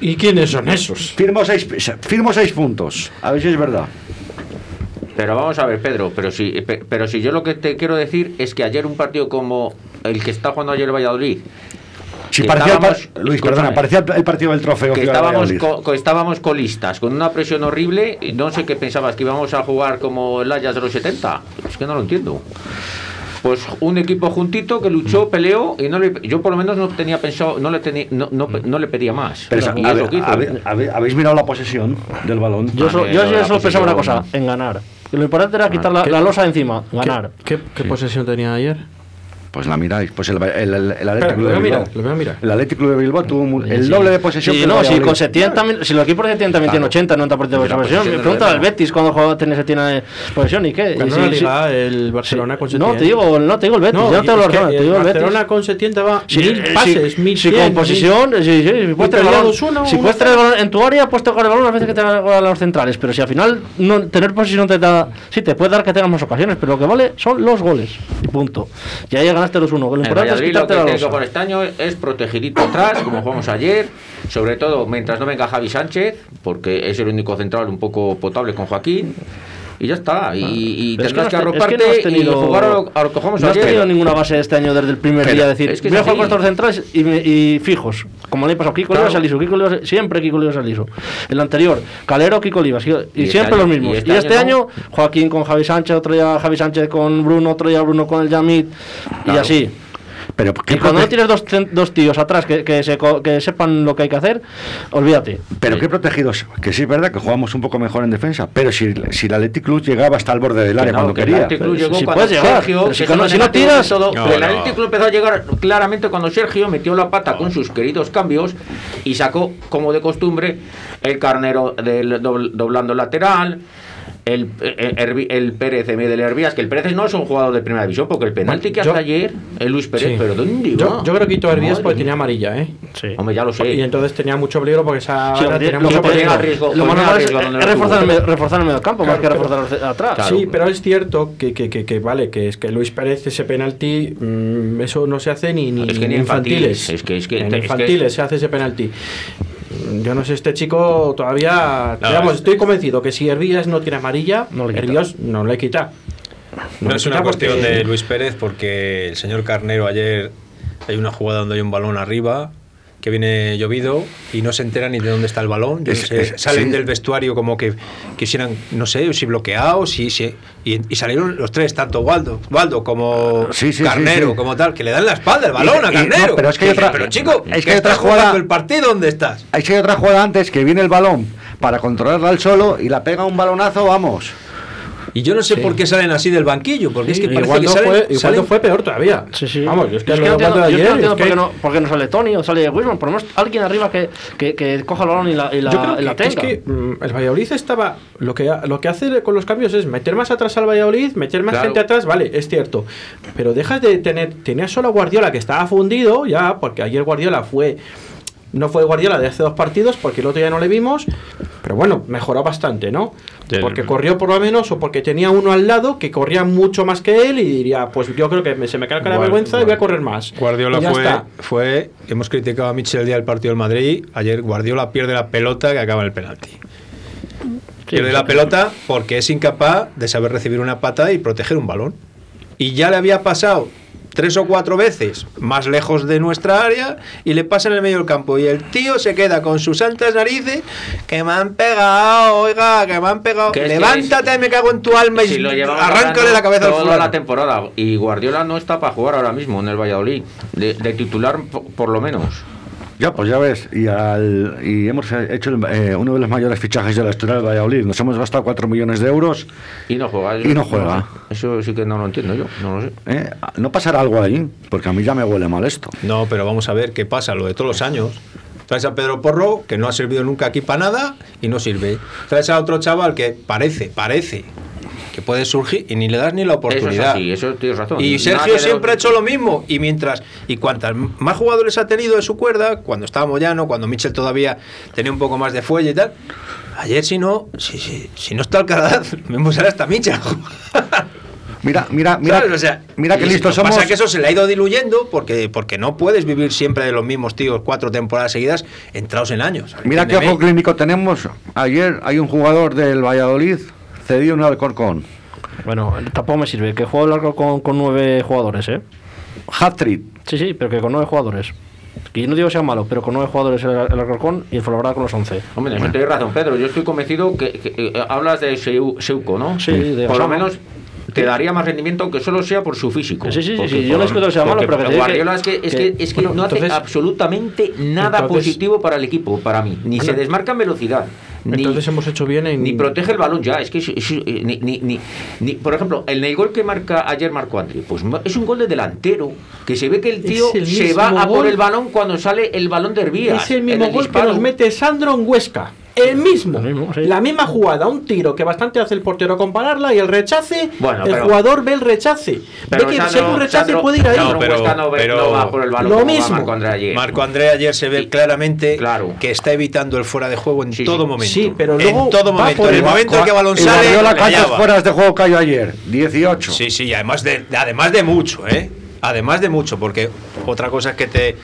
Speaker 4: ¿Y quiénes son esos?
Speaker 9: Firmo seis, firmo seis puntos. A ver si es verdad.
Speaker 8: Pero vamos a ver, Pedro, pero si, pe- pero si yo lo que te quiero decir es que ayer un partido como el que está jugando ayer el Valladolid,
Speaker 9: Si
Speaker 8: Que
Speaker 9: parecía el par-
Speaker 8: estábamos-
Speaker 9: Luis, perdona,
Speaker 8: escúchame.
Speaker 9: parecía el partido del trofeo.
Speaker 8: que
Speaker 9: Ciudad de
Speaker 8: estábamos,
Speaker 9: Valladolid.
Speaker 8: co- co- estábamos colistas, con una presión horrible, y no sé qué pensabas, que íbamos a jugar como el Ajax de los 70. Es que no lo entiendo. Pues un equipo juntito que
Speaker 9: Mm.
Speaker 8: luchó, peleó y no le, yo por lo menos no tenía pensado, no le tenía, no, no, pe- no le pedía más.
Speaker 9: Mm. Pero,
Speaker 8: Y
Speaker 9: a
Speaker 8: es
Speaker 9: ver,
Speaker 8: lo que hizo.
Speaker 9: a ver, a ver, ¿Habéis mirado la posesión del balón?
Speaker 7: Yo, solo-
Speaker 8: Vale,
Speaker 7: yo, pues yo
Speaker 8: lo
Speaker 7: Ah,
Speaker 8: de la
Speaker 7: solo pensaba una
Speaker 8: posición.
Speaker 7: cosa, en ganar. Y Lo importante era quitar la,
Speaker 4: ¿Qué-
Speaker 7: la losa de encima, ganar.
Speaker 4: ¿Qué, qué, qué posesión tenía ayer?
Speaker 9: Pues la miráis. Pues el, el, el, el Athletic
Speaker 4: Espera,
Speaker 9: Club
Speaker 4: lo voy
Speaker 9: de
Speaker 4: a
Speaker 9: Bilbao.
Speaker 4: mirar, lo voy a mirar.
Speaker 9: El Athletic Club de Bilbao tuvo mu- el
Speaker 7: Sí.
Speaker 9: doble de posesión
Speaker 7: Sí,
Speaker 9: que el
Speaker 7: no, si
Speaker 9: Valladolid.
Speaker 7: con Setién también, si los equipos de Setién también tienen 80, 90% de
Speaker 8: la
Speaker 7: posesión.
Speaker 8: posesión
Speaker 7: Me
Speaker 8: del
Speaker 7: pregunta al
Speaker 8: Real.
Speaker 7: Betis cuando juega tiene tiene posesión y qué. Y
Speaker 4: Ganó
Speaker 7: si-
Speaker 4: la
Speaker 7: si-
Speaker 4: liga el Barcelona con
Speaker 7: no,
Speaker 4: Setién.
Speaker 7: te digo, no te digo el Betis, yo no
Speaker 4: y
Speaker 7: te hablo
Speaker 4: es
Speaker 7: del
Speaker 4: que
Speaker 7: Barcelona, te
Speaker 4: el
Speaker 7: digo el Betis.
Speaker 4: Barcelona con Setién daba
Speaker 7: Si-
Speaker 4: mil
Speaker 7: si-
Speaker 4: pases,
Speaker 7: si,
Speaker 4: mil
Speaker 7: con
Speaker 4: cien,
Speaker 7: posesión, si, si, si puedes tener el balón,
Speaker 4: peleados uno,
Speaker 7: si
Speaker 4: uno
Speaker 7: puedes tener el
Speaker 4: cero.
Speaker 7: balón en tu área, puedes tocar el balón las veces que te van a los centrales, pero si al final no tener posesión te da, sí te puede dar que tengas más ocasiones, pero lo que vale son los goles y punto. Y ahí ya ganaste los uno, lo
Speaker 8: El
Speaker 7: importante es
Speaker 8: Valladolid lo
Speaker 7: quitarte
Speaker 8: que
Speaker 7: la
Speaker 8: tiene que
Speaker 7: losa.
Speaker 8: jugar este año es protegidito atrás, como jugamos ayer, sobre todo mientras no venga Javi Sánchez, porque es el único central un poco potable con Joaquín. Y ya está, y, y
Speaker 7: Pero es
Speaker 8: tendrás que,
Speaker 7: no has te-
Speaker 8: arroparte
Speaker 7: es que no has
Speaker 8: y jugar a lo, a lo que jugamos
Speaker 7: no has
Speaker 8: ayer.
Speaker 7: tenido ninguna base este año desde el primer
Speaker 8: Pero
Speaker 7: día. Decir,
Speaker 8: es que es
Speaker 7: voy a jugar
Speaker 8: así.
Speaker 7: con estos centrales y, me- y fijos. Como le pasó a Kiko
Speaker 8: Claro.
Speaker 7: Olivas a Liso, Kiko Olivas- siempre Kiko Olivas a Liso. El anterior, Calero, Kiko Olivas. Y,
Speaker 8: Y este
Speaker 7: siempre
Speaker 8: año-
Speaker 7: los mismos.
Speaker 8: y
Speaker 7: Y
Speaker 8: este
Speaker 7: este,
Speaker 8: año
Speaker 7: año, Joaquín con Javi Sánchez, otro día Javi Sánchez con Bruno, otro día Bruno con el Yamit. Y así.
Speaker 9: Pero
Speaker 7: Y
Speaker 9: ¿qué,
Speaker 7: cuando no
Speaker 9: prote-
Speaker 7: tienes dos, cen- dos tíos atrás que, que se co- que sepan lo que hay que hacer, olvídate.
Speaker 9: pero qué protegidos. Que sí es verdad que jugamos un poco mejor en defensa. Pero si, si el Athletic Club llegaba hasta el borde del área
Speaker 8: no,
Speaker 9: cuando
Speaker 8: que el
Speaker 9: quería.
Speaker 8: Athletic Club
Speaker 7: Pero
Speaker 8: llegó
Speaker 7: si
Speaker 8: cuando
Speaker 7: puedes llegar,
Speaker 8: Sergio,
Speaker 7: pero si
Speaker 8: eso
Speaker 7: no-
Speaker 8: es
Speaker 7: si no
Speaker 8: negativo
Speaker 7: tiras-
Speaker 8: y todo,
Speaker 10: No,
Speaker 8: pero el
Speaker 10: no.
Speaker 8: Atlético Club empezó a llegar claramente cuando Sergio metió la pata con sus queridos cambios y sacó, como de costumbre, el carnero del dobl- doblando el lateral. El, el, el- el Pérez en medio del Hervías, que el Pérez no es un jugador de primera división, porque el penalti que
Speaker 4: Yo-
Speaker 8: hace ayer, el Luis Pérez,
Speaker 4: Sí.
Speaker 8: pero ¿dónde iba?
Speaker 4: Yo, yo creo que quitó Herbías
Speaker 8: Ah. Madre
Speaker 4: porque
Speaker 8: mía.
Speaker 4: tenía amarilla, ¿eh?
Speaker 7: Sí.
Speaker 8: Hombre, ya lo sé.
Speaker 4: Y entonces tenía mucho peligro porque esa
Speaker 7: Sí,
Speaker 4: era-
Speaker 7: hombre,
Speaker 4: tenía
Speaker 7: lo
Speaker 4: mucho
Speaker 7: que
Speaker 8: ponía
Speaker 4: peligro.
Speaker 8: a riesgo-
Speaker 7: Lo más
Speaker 8: ponía a
Speaker 7: normal es
Speaker 8: riesgo donde
Speaker 7: es
Speaker 8: no tuvo.
Speaker 7: reforzar el medio- reforzar el medio campo, más
Speaker 4: Claro,
Speaker 7: que
Speaker 4: pero-
Speaker 7: reforzar atrás.
Speaker 8: Claro.
Speaker 4: Sí, pero es cierto que, que, que, que vale, que es que Luis Pérez ese penalti, mm, eso no se hace ni, ni,
Speaker 8: Es que ni infantiles, es que- es que-
Speaker 4: En
Speaker 8: es que-
Speaker 4: infantiles se hace ese penalti. Mm, Yo no sé, este chico todavía.
Speaker 10: No,
Speaker 4: digamos,
Speaker 10: es-
Speaker 4: estoy convencido que si Hervías no tiene amarilla,
Speaker 7: No le quita.
Speaker 4: Hervías no le quita.
Speaker 10: No
Speaker 4: le
Speaker 10: es
Speaker 4: quita
Speaker 10: una
Speaker 4: porque-
Speaker 10: cuestión de Luis Pérez porque el señor Carnero ayer hay una jugada donde hay un balón arriba que viene llovido y no se entera ni de dónde está el balón. Yo no
Speaker 9: Es-
Speaker 10: sé,
Speaker 9: es-
Speaker 10: salen
Speaker 9: sí.
Speaker 10: del vestuario como que quisieran, no sé, si bloqueados si, si- y, y salieron los tres, tanto Waldo, Waldo como
Speaker 9: Sí, sí, sí,
Speaker 10: Carnero,
Speaker 9: sí.
Speaker 10: como tal, que le dan la espalda al balón a
Speaker 9: Y- y- no,
Speaker 10: Carnero.
Speaker 9: pero es que hay otra-
Speaker 10: pero chico,
Speaker 9: es que hay
Speaker 10: que
Speaker 9: otra
Speaker 10: estás
Speaker 9: jugada-
Speaker 10: jugando el partido, ¿dónde estás?
Speaker 9: Ahí sí hay otra jugada antes que viene el balón para controlarla al solo y la pega un balonazo, vamos.
Speaker 5: Y yo no sé
Speaker 4: Sí.
Speaker 5: por qué salen así del banquillo, porque es que
Speaker 4: igual
Speaker 5: parece
Speaker 4: no
Speaker 5: que salen,
Speaker 4: fue, igual
Speaker 5: salen-
Speaker 4: no fue peor todavía.
Speaker 7: Sí, sí.
Speaker 4: Vamos, yo es que,
Speaker 7: Yo
Speaker 4: lo
Speaker 7: no entiendo,
Speaker 4: hablando de
Speaker 7: yo
Speaker 4: ayer,
Speaker 7: no entiendo por,
Speaker 4: es que-
Speaker 7: qué no, por qué no sale Tony o sale Wisman. Por lo menos alguien arriba que, que, que coja el balón y la, y la,
Speaker 4: Yo creo
Speaker 7: y la
Speaker 4: que, es
Speaker 7: tenga.
Speaker 4: que mm, el Valladolid estaba. Lo que, lo que hace con los cambios es meter más atrás al Valladolid, meter más
Speaker 8: Claro.
Speaker 4: gente atrás, vale, es cierto. Pero dejas de tener. Tenías solo a Guardiola que estaba fundido, ya, porque ayer Guardiola fue. No fue Guardiola de hace dos partidos, porque el otro ya no le vimos. Pero bueno, mejoró bastante, ¿no?
Speaker 11: Del-
Speaker 4: Porque corrió por lo menos, o porque tenía uno al lado que corría mucho más que él y diría, pues yo creo que me- se me carga la
Speaker 5: Guar-
Speaker 4: vergüenza y
Speaker 5: Guar-
Speaker 4: voy a correr más.
Speaker 5: Guardiola
Speaker 4: Y ya
Speaker 5: fue,
Speaker 4: está.
Speaker 5: fue. Hemos criticado a Michel el día del partido del Madrid. Ayer Guardiola pierde la pelota que acaba en el penalti. pierde la pelota porque es incapaz de saber recibir una patada y proteger un balón. Y ya le había pasado tres o cuatro veces más lejos de nuestra área y le pasa en el medio del campo. Y el tío se queda con sus santas narices que me han pegado, oiga, que me han pegado.
Speaker 8: Que es que
Speaker 5: Levántate,
Speaker 8: es-
Speaker 5: me cago en tu alma
Speaker 8: Si
Speaker 5: y
Speaker 8: lo llevamos
Speaker 5: arráncale
Speaker 8: hablando
Speaker 5: la cabeza al
Speaker 8: toda
Speaker 5: fulano.
Speaker 8: la temporada. Y Guardiola no está para jugar ahora mismo en el Valladolid. De, de titular, po- por lo menos.
Speaker 6: Ya, pues ya ves, y, al- y hemos hecho el- eh, uno de los mayores fichajes de la historia del Valladolid. Nos hemos gastado 4 millones de euros.
Speaker 8: Y no juega.
Speaker 6: Y no juega.
Speaker 8: Eso sí que no lo entiendo yo. No lo sé.
Speaker 6: ¿eh? ¿No pasará algo ahí? Porque a mí ya me huele mal esto.
Speaker 5: No, pero vamos a ver qué pasa, lo de todos los años. Traes a Pedro Porro, que no ha servido nunca aquí para nada y no sirve. Traes a otro chaval que parece, parece que puede surgir y ni le das ni la
Speaker 8: Eso es
Speaker 5: oportunidad.
Speaker 8: así, eso tienes razón.
Speaker 5: Y
Speaker 8: Nada
Speaker 5: Sergio
Speaker 8: que
Speaker 5: siempre ha
Speaker 8: de-
Speaker 5: hecho lo mismo. Y mientras, y cuantas más jugadores ha tenido de su cuerda, cuando estaba Moyano, cuando Mitchell todavía tenía un poco más de fuelle y tal. Ayer, si no, si, si, si no está Alcaraz, *laughs* me será hasta Micha.
Speaker 6: Mira, mira, mira,
Speaker 5: ¿Sabes? O sea,
Speaker 6: mira que
Speaker 5: y
Speaker 6: listos
Speaker 5: lo que
Speaker 6: somos.
Speaker 5: Pasa es que eso se le ha ido diluyendo porque, porque no puedes vivir siempre de los mismos tíos cuatro temporadas seguidas entrados en años.
Speaker 6: Mira qué
Speaker 5: Entiéndeme.
Speaker 6: ojo clínico tenemos. Ayer hay un jugador del Valladolid cedido en el Alcorcón.
Speaker 7: Bueno, tampoco me sirve. Que juego largo con, con nueve jugadores, ¿eh?
Speaker 6: Hat-trick.
Speaker 7: Sí, sí, pero que con nueve jugadores. Y no digo que sea malo, pero con nueve jugadores el, el Alcorcón y el Fuenlabrada con los once.
Speaker 8: Hombre, eso tienes razón, Pedro. Yo estoy convencido que, que, eh, hablas de Seu- Seuco, ¿no?
Speaker 7: Sí, de
Speaker 8: Por lo
Speaker 7: Osama.
Speaker 8: menos te daría más rendimiento aunque solo sea por su físico.
Speaker 7: Sí, sí, sí,
Speaker 8: Porque
Speaker 7: sí, yo no
Speaker 8: por-
Speaker 7: discuto que sea malo,
Speaker 8: porque
Speaker 7: pero que te digo
Speaker 8: Guardiola
Speaker 7: que-
Speaker 8: es que, es
Speaker 7: que-
Speaker 8: que, es que no
Speaker 4: entonces-
Speaker 8: hace absolutamente nada
Speaker 4: entonces-
Speaker 8: positivo para el equipo, para mí. Ni se desmarca en velocidad. Ni,
Speaker 4: Entonces hemos hecho bien en.
Speaker 8: ni protege el balón ya, es que es- es- eh, ni, ni- ni- ni- por ejemplo, el, el gol que marca ayer Marco Andri, pues ma- es un gol de delantero, que se ve que el tío
Speaker 4: Es el
Speaker 8: se
Speaker 4: mismo
Speaker 8: va a por
Speaker 4: gol.
Speaker 8: el balón cuando sale el balón de Hervías.
Speaker 4: Es el mismo
Speaker 8: en
Speaker 4: gol
Speaker 8: disparo.
Speaker 4: que nos mete Sandro en Huesca. El mismo.
Speaker 7: El mismo, sí.
Speaker 4: La misma jugada. Un tiro que bastante hace el portero compararla y el rechace.
Speaker 8: Bueno,
Speaker 4: el
Speaker 8: pero-
Speaker 4: jugador ve el rechace.
Speaker 8: Pero
Speaker 4: ve que si
Speaker 8: Sandro-
Speaker 4: hay un rechace
Speaker 8: Sandro-
Speaker 4: puede ir ahí.
Speaker 8: Sandro
Speaker 5: pero-
Speaker 8: Cuesta no ve-
Speaker 5: pero-
Speaker 8: no va por el balón
Speaker 4: Lo
Speaker 8: como va
Speaker 4: mismo.
Speaker 8: Marco Andrea ayer.
Speaker 5: Marco André ayer se ve
Speaker 8: Y-
Speaker 5: claramente
Speaker 8: claro.
Speaker 5: que está evitando el fuera de juego en
Speaker 8: Sí, sí.
Speaker 5: todo momento.
Speaker 4: Sí, pero
Speaker 5: en
Speaker 4: luego
Speaker 5: todo
Speaker 4: va
Speaker 5: momento.
Speaker 4: por
Speaker 5: En el
Speaker 4: el-
Speaker 5: momento en que balón
Speaker 6: Y
Speaker 5: sale,
Speaker 6: Guardiola,
Speaker 5: le
Speaker 6: ¿cuántas
Speaker 5: hallaba.
Speaker 6: fueras de juego cayó ayer? 18.
Speaker 5: Sí, sí, y además de, de- además de mucho, ¿eh? Además de mucho, porque otra cosa es que te,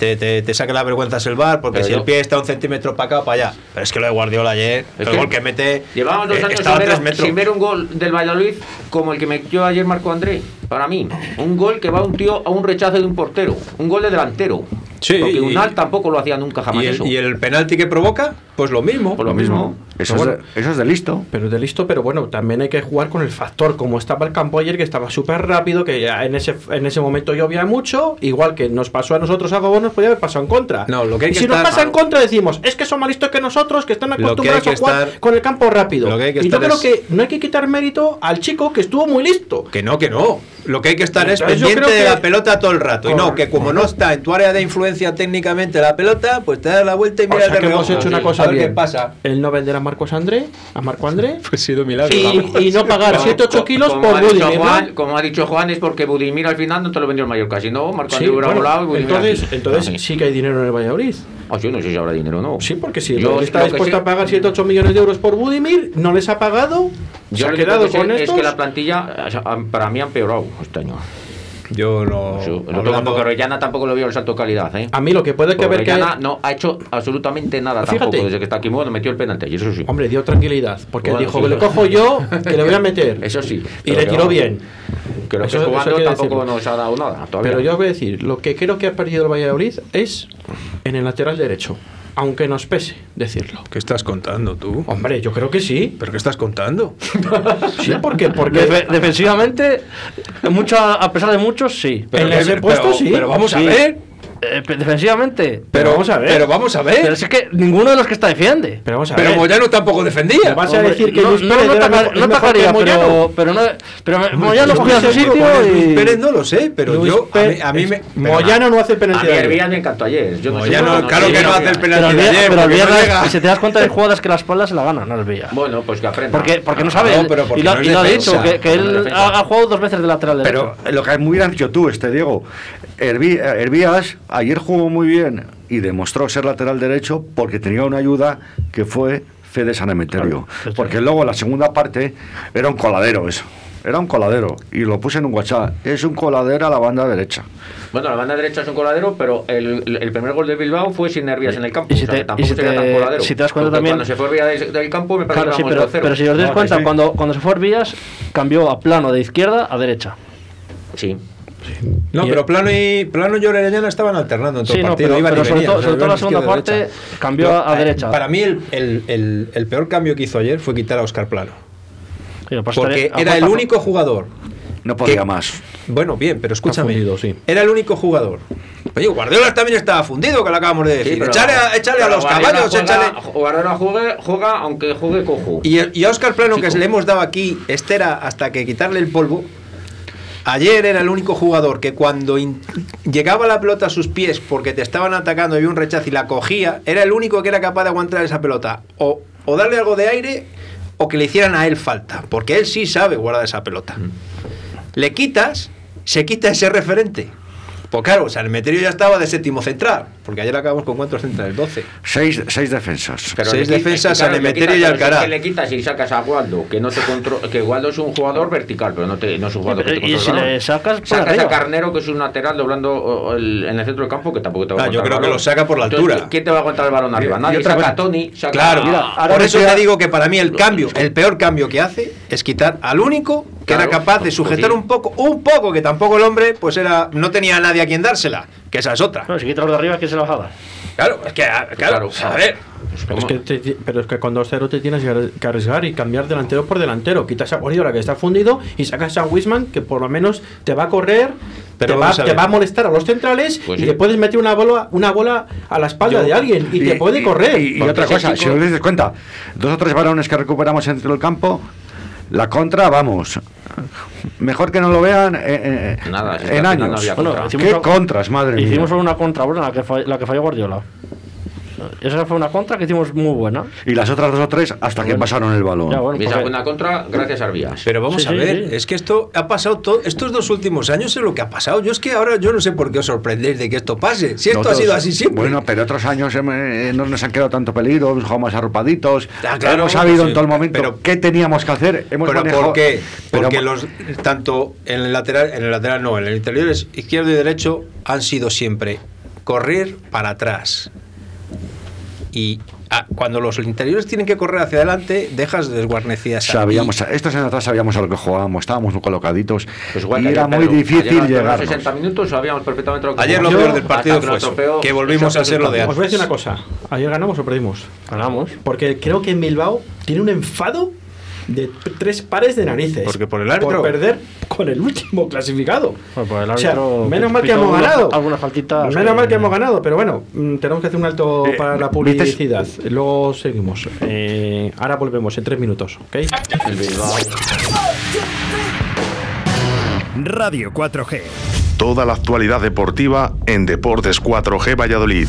Speaker 5: te, te, te saca la vergüenza el bar, porque
Speaker 8: Pero
Speaker 5: si
Speaker 8: yo-
Speaker 5: el pie está un centímetro para acá, para allá. Pero es que lo de Guardiola ayer,
Speaker 8: Es
Speaker 5: el
Speaker 8: que
Speaker 5: gol que mete,
Speaker 8: Llevamos dos
Speaker 5: eh,
Speaker 8: años
Speaker 5: estaba
Speaker 8: sin
Speaker 5: a tres
Speaker 8: ver,
Speaker 5: metros.
Speaker 8: sin ver un gol del Valladolid como el que metió ayer Marco André. Para mí, un gol que va un tío a un rechazo de un portero, un gol de delantero.
Speaker 5: Sí,
Speaker 8: Porque
Speaker 5: y-
Speaker 8: Unal tampoco lo hacía nunca jamás
Speaker 5: ¿Y el,
Speaker 8: eso.
Speaker 5: y el penalti que provoca, pues lo mismo.
Speaker 8: Por lo mismo.
Speaker 6: Eso,
Speaker 5: Pues
Speaker 6: es de, eso es de listo.
Speaker 4: Pero de listo, pero bueno, también hay que jugar con el factor. Como estaba el campo ayer, que estaba súper rápido, que ya en ese, en ese momento llovía mucho. Igual que nos pasó a nosotros a Gobón, nos podía haber pasado en contra.
Speaker 5: No, lo que hay
Speaker 4: y
Speaker 5: que
Speaker 4: si nos
Speaker 5: estar-
Speaker 4: pasa en contra, decimos, es que son más listos que nosotros, que están
Speaker 5: que hay
Speaker 4: acostumbrados
Speaker 5: que
Speaker 4: a jugar
Speaker 5: estar-
Speaker 4: con el campo rápido.
Speaker 5: lo que hay que
Speaker 4: y yo
Speaker 5: estar
Speaker 4: creo
Speaker 5: es-
Speaker 4: que no hay que quitar mérito al chico que estuvo muy listo.
Speaker 5: Que no, que no. Lo que hay que estar es
Speaker 4: Entonces yo
Speaker 5: pendiente
Speaker 4: creo
Speaker 5: de
Speaker 4: que-
Speaker 5: la pelota todo el rato. Y no, que como no está en tu área de influencia técnicamente la pelota, pues te das la vuelta y
Speaker 4: O
Speaker 5: mira
Speaker 4: sea
Speaker 5: de
Speaker 4: que hemos
Speaker 5: reojo.
Speaker 4: hecho una
Speaker 5: Sí.
Speaker 4: cosa
Speaker 5: a ver
Speaker 4: bien.
Speaker 5: qué pasa.
Speaker 4: El no vender a Marcos André, a Marco André,
Speaker 5: Pues ha sido milagro.
Speaker 4: y, y
Speaker 5: *laughs*
Speaker 4: no pagar 7-8 kilos
Speaker 8: como
Speaker 4: por
Speaker 8: ha dicho
Speaker 4: Budimir, ¿eh? ¿no?
Speaker 8: Juan- Como ha dicho Juan, es porque Budimir al final no te lo vendió el Mallorca. Si no, Marco
Speaker 4: Sí,
Speaker 8: André hubiera
Speaker 4: bueno,
Speaker 8: volado y Budimir
Speaker 4: entonces,
Speaker 8: aquí.
Speaker 4: entonces
Speaker 8: Ah, sí.
Speaker 4: sí que hay dinero en el Valladolid.
Speaker 8: Ah, yo no sé si habrá dinero o no.
Speaker 4: Sí, porque si
Speaker 8: Yo
Speaker 4: el está
Speaker 8: lo que
Speaker 4: dispuesto
Speaker 8: sé-
Speaker 4: a pagar 7-8 millones de euros por Budimir, no les ha pagado,
Speaker 8: Yo
Speaker 4: se ha
Speaker 8: lo único
Speaker 4: quedado
Speaker 8: que sé
Speaker 4: con
Speaker 8: es
Speaker 4: estos.
Speaker 8: que la plantilla, o sea, han- para mí, ha empeorado este año.
Speaker 5: Yo no.
Speaker 8: Yo- el otro
Speaker 5: hablando-
Speaker 8: tampoco, Orellana tampoco lo veo el salto de calidad. ¿eh?
Speaker 4: A mí lo que puede que haber que...
Speaker 8: Orellana no ha hecho absolutamente nada
Speaker 4: Fíjate.
Speaker 8: tampoco desde que está aquí. Bueno, metió el penalti, y eso sí.
Speaker 4: Hombre, dio tranquilidad, porque
Speaker 8: Bueno,
Speaker 4: dijo
Speaker 8: sí.
Speaker 4: que lo cojo
Speaker 8: *laughs*
Speaker 4: yo, que lo voy a meter.
Speaker 8: Eso sí.
Speaker 4: Y
Speaker 8: Pero
Speaker 4: le
Speaker 8: que
Speaker 4: tiró
Speaker 8: vamos,
Speaker 4: bien.
Speaker 8: Que lo
Speaker 4: Eso-
Speaker 8: que
Speaker 4: eso
Speaker 8: jugando
Speaker 4: hay que
Speaker 8: tampoco
Speaker 4: decirlo.
Speaker 8: nos ha dado nada todavía.
Speaker 4: Pero yo os voy a decir, lo que creo que ha perdido el Valladolid es en el lateral derecho, aunque nos pese decirlo.
Speaker 5: ¿Qué estás contando tú?
Speaker 4: Hombre, yo creo que sí.
Speaker 5: ¿Pero qué estás contando?
Speaker 4: Sí, porque,
Speaker 7: *laughs*
Speaker 4: porque
Speaker 7: Defe- defensivamente, mucho a, a pesar de muchos, sí.
Speaker 4: en
Speaker 5: que-
Speaker 4: ese puesto
Speaker 5: pero-
Speaker 4: sí.
Speaker 5: Pero vamos a
Speaker 7: Sí.
Speaker 5: ver.
Speaker 7: Eh, pe- defensivamente.
Speaker 5: Pero vamos a ver. Pero vamos a ver.
Speaker 7: Pero es que ninguno de los que está defiende.
Speaker 4: Pero vamos a
Speaker 5: Pero
Speaker 4: ver.
Speaker 5: Moyano tampoco defendía.
Speaker 4: Vas a decir que
Speaker 7: no,
Speaker 4: Luis
Speaker 7: no,
Speaker 4: Pérez
Speaker 7: no
Speaker 4: era
Speaker 7: ataca-
Speaker 4: mejor-
Speaker 7: no
Speaker 4: es mejor que
Speaker 7: atacaría,
Speaker 4: Moyano.
Speaker 7: pero, pero no, pero me- Moyano
Speaker 4: Luis
Speaker 7: cogía su
Speaker 4: Pérez-
Speaker 7: sitio y.
Speaker 5: Luis Pérez no lo sé, pero
Speaker 4: Luis
Speaker 5: yo. A
Speaker 4: Pérez-
Speaker 5: mí, a mí me.
Speaker 4: Moyano no hace
Speaker 8: A mí
Speaker 4: penalti.
Speaker 8: Hervías me encantó ayer. Yo no sé
Speaker 5: Moyano,
Speaker 8: por qué
Speaker 5: claro
Speaker 8: llega
Speaker 5: que no hace el
Speaker 8: Hervías.
Speaker 7: Pero el
Speaker 5: penalti de ayer,
Speaker 7: pero
Speaker 5: porque no
Speaker 7: Viegas,
Speaker 5: llega.
Speaker 7: y si te das cuenta de jugadas que la espalda se la gana, no el Villa.
Speaker 8: Bueno, pues que aprenda.
Speaker 7: Porque, porque no
Speaker 5: Ah,
Speaker 7: sabe.
Speaker 5: no, pero porque
Speaker 7: y lo,
Speaker 5: no es
Speaker 7: y lo ha
Speaker 5: defensa.
Speaker 7: dicho, que, que
Speaker 8: No es
Speaker 7: él
Speaker 8: defensa.
Speaker 7: ha, ha jugado dos veces de lateral
Speaker 9: Pero
Speaker 7: derecho.
Speaker 9: lo que muy bien has dicho tú, este Diego, Hervi- eh, Hervías ayer jugó muy bien y demostró ser lateral derecho porque tenía una ayuda que fue Fede San Emeterio.
Speaker 7: Claro.
Speaker 9: porque luego en la segunda parte era un coladero eso. Era un coladero y lo puse en un WhatsApp. Es un coladero a la banda derecha.
Speaker 8: Bueno, la banda derecha es un coladero, pero el, el primer gol de Bilbao fue sin nervios en el campo.
Speaker 7: Y si
Speaker 8: o sea,
Speaker 7: te-
Speaker 8: que tampoco
Speaker 7: y si
Speaker 8: sería
Speaker 7: te-
Speaker 8: tan coladero.
Speaker 7: si te das cuenta
Speaker 8: Porque
Speaker 7: también-
Speaker 8: Cuando se fue Hervías del, del campo, me parece
Speaker 7: Claro, sí,
Speaker 8: que
Speaker 7: pero,
Speaker 8: íbamos 2-0.
Speaker 7: pero si os dais
Speaker 9: No, que
Speaker 7: cuenta,
Speaker 9: sí.
Speaker 7: cuando, cuando se fue Hervías, cambió a plano de izquierda a derecha.
Speaker 8: Sí.
Speaker 5: No, pero Plano y Plano y Orellana estaban alternando en todo
Speaker 7: Sí,
Speaker 5: el
Speaker 7: no,
Speaker 5: partido.
Speaker 7: pero-
Speaker 5: iban y
Speaker 7: pero sobre
Speaker 5: venían,
Speaker 7: todo-
Speaker 5: o sea,
Speaker 7: sobre todo la
Speaker 5: iban
Speaker 7: segunda
Speaker 5: izquierda,
Speaker 7: parte
Speaker 5: derecha.
Speaker 7: cambió
Speaker 5: Yo,
Speaker 7: a
Speaker 5: eh,
Speaker 7: derecha.
Speaker 5: Para mí el, el- el- el peor cambio que hizo ayer fue quitar a Oscar Plano.
Speaker 7: Y lo pasa
Speaker 5: Porque
Speaker 7: estar-
Speaker 5: era el
Speaker 7: aparte-
Speaker 5: único jugador.
Speaker 9: No podía
Speaker 5: ¿Qué?
Speaker 9: más.
Speaker 5: Bueno, bien, pero escúchame.
Speaker 4: fundido, sí.
Speaker 5: Era el único jugador. Oye, Guardiola también estaba fundido, que lo acabamos de
Speaker 8: Sí,
Speaker 5: decir.
Speaker 8: pero-
Speaker 5: échale a, échale a
Speaker 8: pero
Speaker 5: los
Speaker 8: Guardiola
Speaker 5: caballos,
Speaker 8: juega-
Speaker 5: échale.
Speaker 8: Guardiola juega, juega aunque juegue cojo.
Speaker 5: Y, y a Oscar Plano, que
Speaker 8: Chico.
Speaker 5: le hemos dado aquí estera hasta que quitarle el polvo, ayer era el único jugador que cuando in- llegaba la pelota a sus pies porque te estaban atacando y un rechazo y la cogía, era el único que era capaz de aguantar esa pelota. O, o darle algo de aire o que le hicieran a él falta, porque él sí sabe guardar esa pelota.
Speaker 8: Mm.
Speaker 5: Le quitas, se quita ese referente. Pues claro, o sea, el Meterio ya estaba de séptimo central, porque ayer acabamos con cuántos centrales, 12.
Speaker 9: Seis, seis defensas.
Speaker 8: Pero
Speaker 5: Seis
Speaker 8: le qui-
Speaker 5: defensas,
Speaker 8: claro,
Speaker 5: San
Speaker 8: le
Speaker 5: Emeterio
Speaker 8: quitas-
Speaker 5: y
Speaker 8: pero
Speaker 5: Alcaraz.
Speaker 8: si es que le quitas y sacas a Waldo, que no te contro- que Waldo es un jugador vertical, pero no, te, no es un jugador que te
Speaker 7: Y
Speaker 8: controla
Speaker 7: si
Speaker 8: el
Speaker 7: le
Speaker 8: balón.
Speaker 7: sacas por
Speaker 8: sacas a
Speaker 7: arriba.
Speaker 8: Carnero, que es un lateral doblando o, el- en el centro del campo, que tampoco te va a
Speaker 5: Ah, yo
Speaker 8: aguantar el
Speaker 5: creo que
Speaker 8: balón.
Speaker 5: lo saca por la
Speaker 8: Entonces,
Speaker 5: altura.
Speaker 8: ¿Quién te va a aguantar el balón arriba?
Speaker 9: Y- y
Speaker 8: Nadie.
Speaker 9: otra
Speaker 8: Saca
Speaker 9: cosa-
Speaker 8: a Tony, saca
Speaker 5: Claro, Ah.
Speaker 8: a-
Speaker 5: por eso te digo que para mí el cambio, el peor cambio que hace es quitar al único que
Speaker 8: Claro,
Speaker 5: era capaz de
Speaker 8: pues
Speaker 5: sujetar
Speaker 8: sí.
Speaker 5: un poco, un poco, que tampoco el hombre, pues era, no tenía a nadie a quien dársela, que esa es otra.
Speaker 7: No, si quitas los de arriba, ¿quién se la bajaba?
Speaker 5: Claro, es que, ah, claro,
Speaker 8: Pues Claro. Pues,
Speaker 5: a ver.
Speaker 4: Pero es, que te- pero es que con 2-0 te tienes que ar- que arriesgar y cambiar delantero por delantero. Quitas a Guardiola que está fundido y sacas a Wisman que por lo menos te va a correr,
Speaker 5: Pero
Speaker 4: te, va,
Speaker 5: vamos a
Speaker 4: te
Speaker 5: ver.
Speaker 4: va a molestar a los centrales
Speaker 8: Pues
Speaker 4: y
Speaker 8: sí.
Speaker 4: le puedes meter una bola, una bola a la espalda de alguien y, te puede correr.
Speaker 9: Y, y
Speaker 8: Porque
Speaker 9: otra
Speaker 8: ese
Speaker 9: cosa,
Speaker 8: chico-
Speaker 9: si os dais cuenta, dos o tres varones que recuperamos dentro del campo, la contra, vamos. Mejor que no lo vean eh, eh,
Speaker 8: Nada, si es que
Speaker 9: en
Speaker 8: al final no
Speaker 9: años.
Speaker 8: había
Speaker 7: Bueno,
Speaker 8: contra.
Speaker 7: hicimos
Speaker 9: ¿Qué
Speaker 7: algo-
Speaker 9: contras, madre mía?
Speaker 7: Hicimos solo una contra buena, la que, fa- la que falló Guardiola. Esa fue una contra que hicimos muy buena.
Speaker 9: Y las otras dos o tres hasta que
Speaker 7: Bueno.
Speaker 9: pasaron el balón.
Speaker 7: Ya, bueno,
Speaker 8: Y esa
Speaker 7: porque-
Speaker 8: buena contra, gracias a Arvías.
Speaker 5: Pero vamos
Speaker 7: Sí,
Speaker 5: a
Speaker 7: sí,
Speaker 5: ver,
Speaker 7: sí.
Speaker 5: es que esto ha pasado todo, estos dos últimos años es lo que ha pasado. Yo es que ahora yo no sé por qué os sorprendéis de que esto pase. Si esto ha
Speaker 9: Nosotros-
Speaker 5: sido así siempre.
Speaker 9: Bueno, pero otros años eh, no nos han quedado tanto peligro, hemos jugado más arropaditos.
Speaker 5: Ah, claro,
Speaker 9: hemos sabido
Speaker 5: sí,
Speaker 9: en todo el momento
Speaker 5: pero-
Speaker 9: qué teníamos que hacer. Hemos
Speaker 5: ¿Pero
Speaker 9: manejado-
Speaker 5: por qué?
Speaker 9: pero-
Speaker 5: Porque los tanto en el lateral, en el lateral no, en el interior es izquierdo y derecho han sido siempre correr para atrás. Y ah, cuando los interiores tienen que correr hacia adelante, dejas desguarnecidas. a-
Speaker 9: Sabíamos, estos en atrás sabíamos a lo que jugábamos, estábamos muy colocaditos
Speaker 8: Pues igual
Speaker 9: y
Speaker 8: que
Speaker 9: era
Speaker 8: ayer,
Speaker 9: muy
Speaker 8: Pedro. Ayer,
Speaker 9: difícil
Speaker 8: durante los
Speaker 9: llegar.
Speaker 8: 60 minutos sabíamos perfectamente lo que
Speaker 5: Ayer lo
Speaker 8: jugábamos.
Speaker 5: peor del partido
Speaker 8: Hasta
Speaker 5: fue
Speaker 8: nos
Speaker 5: eso,
Speaker 8: tropeó
Speaker 5: que volvimos
Speaker 8: ese
Speaker 5: a ser lo de
Speaker 4: Os
Speaker 5: antes.
Speaker 4: voy a decir una cosa, ayer ganamos o perdimos.
Speaker 7: Ganamos.
Speaker 4: Porque creo que en Bilbao tiene un enfado de p- tres pares de narices.
Speaker 5: Porque por el
Speaker 4: Por
Speaker 5: árbitro.
Speaker 4: perder con el último clasificado.
Speaker 7: Bueno, pues el
Speaker 4: O sea,
Speaker 7: árbitro
Speaker 4: menos mal que
Speaker 7: pitó
Speaker 4: hemos
Speaker 7: alguna-
Speaker 4: ganado.
Speaker 7: algunas faltitas,
Speaker 4: menos
Speaker 7: eh,
Speaker 4: mal que hemos ganado, pero bueno, mm, tenemos que hacer un alto
Speaker 9: Eh,
Speaker 4: para la
Speaker 9: ¿viste?
Speaker 4: publicidad. Luego seguimos. Eh, ahora volvemos en tres minutos, ¿ok?
Speaker 6: Radio 4G.
Speaker 12: Toda la actualidad deportiva en Deportes 4G Valladolid.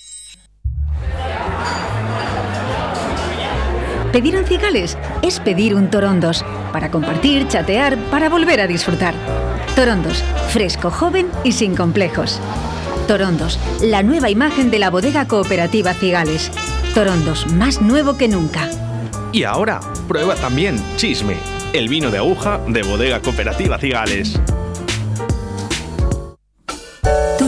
Speaker 9: Pedir en Cigales es pedir un Torondos para compartir, chatear, para volver a disfrutar. Torondos, fresco, joven y sin complejos. Torondos, la nueva imagen de la bodega cooperativa Cigales. Torondos, más nuevo que nunca.
Speaker 13: Y ahora, prueba también Chisme, el vino de aguja de Bodega Cooperativa Cigales.
Speaker 9: Tu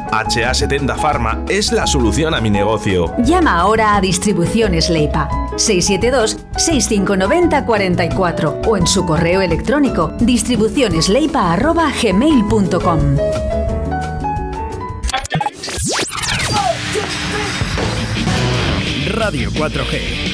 Speaker 11: HA70 Pharma es la solución a mi negocio.
Speaker 9: Llama ahora a Distribuciones Leipa 672-6590-44 o en su correo electrónico distribucionesleipa.gmail.com.
Speaker 11: Radio 4G.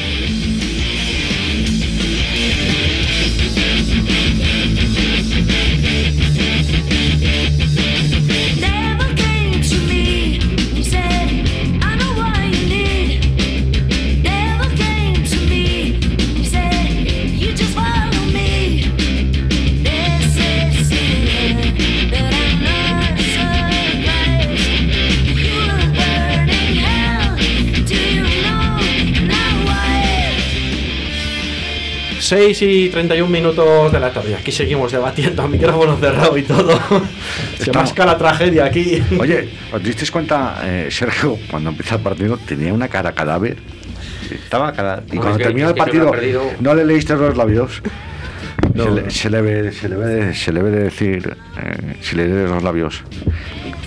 Speaker 14: Devil came to me, he said, I know what you need. Devil came to me, he said, you just follow me. This is it, but I'm not surprised. You were burning hell. Do you know now why?
Speaker 4: 6 y 31 minutos de la tarde. Aquí seguimos debatiendo *laughs* a micrófono cerrado y
Speaker 8: *laughs*
Speaker 4: todo. Se
Speaker 6: Estamos.
Speaker 4: masca la tragedia aquí.
Speaker 6: Oye, ¿os disteis cuenta, eh, Sergio, cuando empezó el partido tenía una cara cadáver? Estaba cara. Y
Speaker 8: No,
Speaker 6: cuando
Speaker 8: es que-
Speaker 6: terminó el
Speaker 8: es que se lo
Speaker 6: partido,
Speaker 8: ha perdido.
Speaker 6: no le leíste los labios. se, le, se le ve, se, le ve, se le ve decir, eh, si le lees los labios,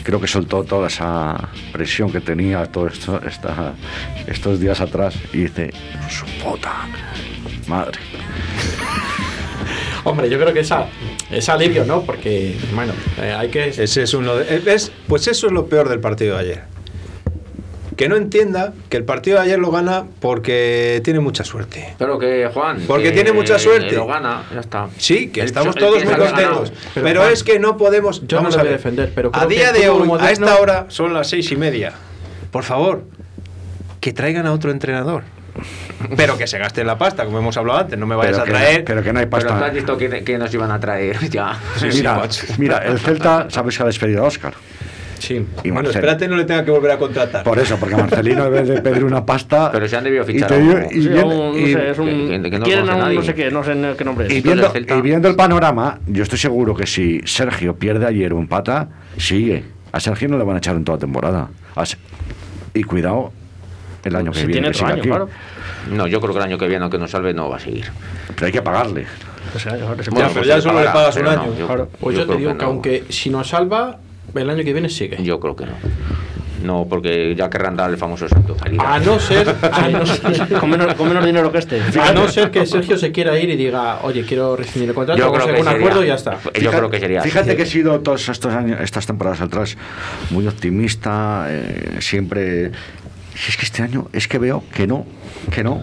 Speaker 6: creo que soltó toda esa presión que tenía todo esto, esta, estos días atrás y dice, su puta madre.
Speaker 4: *laughs* Hombre, yo creo que esa, es alivio, ¿no? Porque, bueno, eh, hay que.
Speaker 5: Ese es uno de- eh, ¿ves? Pues eso es lo peor del partido de ayer. Que no entienda que el partido de ayer lo gana porque tiene mucha suerte.
Speaker 8: Pero que Juan.
Speaker 5: Porque
Speaker 8: que
Speaker 5: tiene mucha suerte.
Speaker 8: Lo gana, ya está.
Speaker 5: Sí, que
Speaker 8: Él-
Speaker 5: estamos
Speaker 8: él
Speaker 5: todos muy
Speaker 8: piensa que ha
Speaker 5: contentos.
Speaker 8: ganado.
Speaker 5: Pero, es que no podemos.
Speaker 4: Yo no
Speaker 5: vamos
Speaker 4: lo
Speaker 5: a
Speaker 4: voy a
Speaker 5: ver.
Speaker 4: defender, pero
Speaker 5: a
Speaker 4: creo que
Speaker 5: día
Speaker 4: el
Speaker 5: de
Speaker 4: fútbol
Speaker 5: hoy, a
Speaker 4: moderno-
Speaker 5: esta hora, son las seis y media. Por favor, que traigan a otro entrenador. Pero que se gasten la pasta, como hemos hablado antes. No me vayas
Speaker 6: Pero
Speaker 5: a
Speaker 6: que-
Speaker 5: traer.
Speaker 6: pero que no hay pasta.
Speaker 8: Pero tú has visto que, que nos iban a traer *laughs* ya.
Speaker 5: Sí, sí,
Speaker 6: mira,
Speaker 5: macho.
Speaker 6: mira, el Celta, sabes que ha despedido a Oscar.
Speaker 4: Sí.
Speaker 6: Y
Speaker 5: bueno,
Speaker 6: Marcelo.
Speaker 5: espérate, no le tenga que volver a contratar.
Speaker 6: Por eso, porque Marcelino, en vez de pedir una pasta.
Speaker 8: Pero se han debido fichar
Speaker 6: y
Speaker 8: a
Speaker 6: te
Speaker 8: uno.
Speaker 6: dio- y
Speaker 8: Sí,
Speaker 6: viene-
Speaker 8: a un- no
Speaker 6: y-
Speaker 8: sé, es un- Que- que- que no quieren conoce a un nadie. no sé
Speaker 7: qué, no sé qué nombre
Speaker 6: Y
Speaker 8: Entonces,
Speaker 6: viendo,
Speaker 8: el Celta-
Speaker 6: y viendo el panorama, yo estoy seguro que si Sergio pierde ayer un pata, sigue. A Sergio no le van a echar en toda temporada. A Se- y cuidado el año que
Speaker 8: Si
Speaker 6: viene.
Speaker 8: tiene
Speaker 6: Que
Speaker 8: otro
Speaker 6: siga
Speaker 8: año,
Speaker 6: aquí.
Speaker 8: claro. No, yo creo que el año que viene, aunque nos salve, no va a seguir.
Speaker 6: Pero hay que pagarle.
Speaker 8: Bueno, pues se pagará, pero no, yo-
Speaker 4: Pues yo, te
Speaker 8: creo
Speaker 4: digo que,
Speaker 8: no.
Speaker 4: aunque si nos salva, el año que viene sigue.
Speaker 8: Yo creo que no. No, porque ya querrán dar el famoso salto de calidad.
Speaker 5: Ah,
Speaker 4: A no ser. A no ser
Speaker 8: *laughs*
Speaker 7: con, menos, con menos dinero que
Speaker 4: *laughs*
Speaker 7: este.
Speaker 4: A Ah, no ser que Sergio se quiera ir y diga, oye, quiero rescindir el contrato,
Speaker 8: Yo
Speaker 4: hago
Speaker 8: creo que
Speaker 4: un
Speaker 8: sería-
Speaker 4: acuerdo y ya está.
Speaker 8: Yo creo que sería.
Speaker 6: Fíjate
Speaker 8: así.
Speaker 6: que he sido todas estos años, estas temporadas atrás muy optimista, eh, siempre. Si es que este año es que veo que no, que no,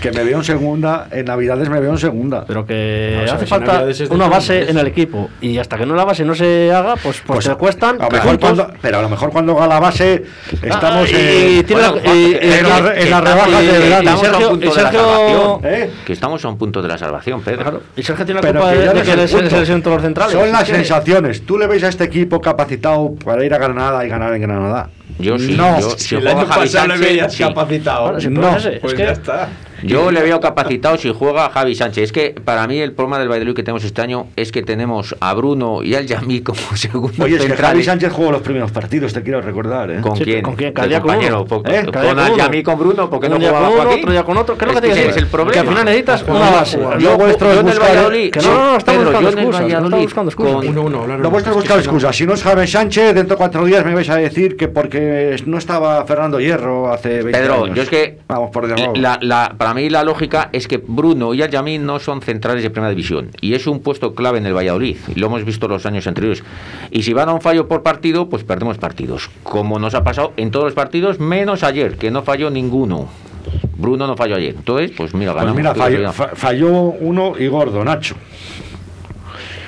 Speaker 6: que me veo en segunda, en Navidades me veo en segunda.
Speaker 7: Pero que
Speaker 6: Vamos a
Speaker 7: hace
Speaker 6: ver, si
Speaker 7: falta
Speaker 6: Navidades es de
Speaker 7: una
Speaker 6: junio,
Speaker 7: base
Speaker 6: es-
Speaker 7: en el equipo. Y hasta que no la base no se haga, pues, pues,
Speaker 6: Pues,
Speaker 7: te cuestan.
Speaker 6: a lo mejor
Speaker 7: puntos.
Speaker 6: cuando- pero a lo mejor cuando haga la base estamos
Speaker 7: Ah, y-
Speaker 6: en,
Speaker 7: y tiene la-
Speaker 6: bueno,
Speaker 7: y- y-
Speaker 6: en la-
Speaker 7: que-
Speaker 6: en
Speaker 7: que
Speaker 6: las
Speaker 7: estamos-
Speaker 6: rebajas de
Speaker 7: y- y
Speaker 6: verano.
Speaker 7: estamos a Sergio- punto y de la Sergio- salvación.
Speaker 6: Pues,
Speaker 8: Que estamos a un punto de la salvación, Pedro.
Speaker 7: Y Sergio tiene la
Speaker 6: ¿eh? Pero
Speaker 7: culpa
Speaker 6: que
Speaker 7: de,
Speaker 6: ya
Speaker 7: de
Speaker 6: no
Speaker 7: que
Speaker 6: es el
Speaker 7: le se-
Speaker 6: punto.
Speaker 7: se lesionen todos los centrales.
Speaker 6: Son las
Speaker 7: Es que-
Speaker 6: sensaciones. Tú le veis a este equipo capacitado para ir a Granada y ganar en Granada.
Speaker 8: Yo sí,
Speaker 6: No.
Speaker 8: yo, si juega Javi Sánchez, sí.
Speaker 5: capacitado.
Speaker 7: Claro, si el
Speaker 6: No,
Speaker 7: problema es ese, es
Speaker 5: pues
Speaker 7: que-
Speaker 5: ya está.
Speaker 8: Yo le veo capacitado si juega Javi Sánchez. Es que para mí el problema del Valladolid que tenemos este año es que tenemos a Bruno y al Yamí como *laughs* segundos
Speaker 6: Oye, es que Javi
Speaker 8: centrales.
Speaker 6: Sánchez jugó los primeros partidos, te quiero recordar. ¿eh?
Speaker 8: ¿Con
Speaker 7: Sí,
Speaker 8: quién?
Speaker 7: ¿con quién?
Speaker 8: De
Speaker 7: Cada día con
Speaker 8: compañero,
Speaker 7: uno.
Speaker 8: po-
Speaker 7: ¿Eh?
Speaker 8: con
Speaker 7: Cada día con
Speaker 8: al
Speaker 7: uno.
Speaker 8: Yamí con Bruno, porque no
Speaker 7: un día
Speaker 8: jugaba
Speaker 7: con uno,
Speaker 8: Joaquín?
Speaker 7: otro día con otro. ¿Qué es lo que te
Speaker 8: ese
Speaker 7: digo?
Speaker 8: es el problema.
Speaker 7: Que al final necesitas
Speaker 8: Joder,
Speaker 7: una base.
Speaker 8: yo-
Speaker 7: Yo-
Speaker 6: vuestro
Speaker 8: yo
Speaker 6: es
Speaker 8: en el
Speaker 6: buscar-
Speaker 8: Valladolid-
Speaker 7: que no, no, no, estamos
Speaker 8: Pedro, yo
Speaker 7: buscando
Speaker 8: en el
Speaker 7: excusas, estamos
Speaker 8: Valladolid
Speaker 7: buscando excusas.
Speaker 8: con-
Speaker 4: Uno, uno, hablar
Speaker 6: No vuestras buscar excusas. Si no es Javi Sánchez, dentro de cuatro días me vais a decir que porque no estaba Fernando Hierro hace 20
Speaker 8: Pedro,
Speaker 6: años.
Speaker 8: yo es que
Speaker 6: Vamos por debajo.
Speaker 8: la, la- para mí la lógica es que Bruno y Al-Yamí no son centrales de primera división y es un puesto clave en el Valladolid. y Lo hemos visto los años anteriores. Y si van a un fallo por partido, pues perdemos partidos. Como nos ha pasado en todos los partidos, menos ayer, que no falló ninguno. Bruno no falló ayer. Entonces, pues mira,
Speaker 6: Pues
Speaker 8: ganamos.
Speaker 6: mira,
Speaker 8: Creo que
Speaker 6: falló,
Speaker 8: ganamos.
Speaker 6: fa- falló uno y gordo, Nacho.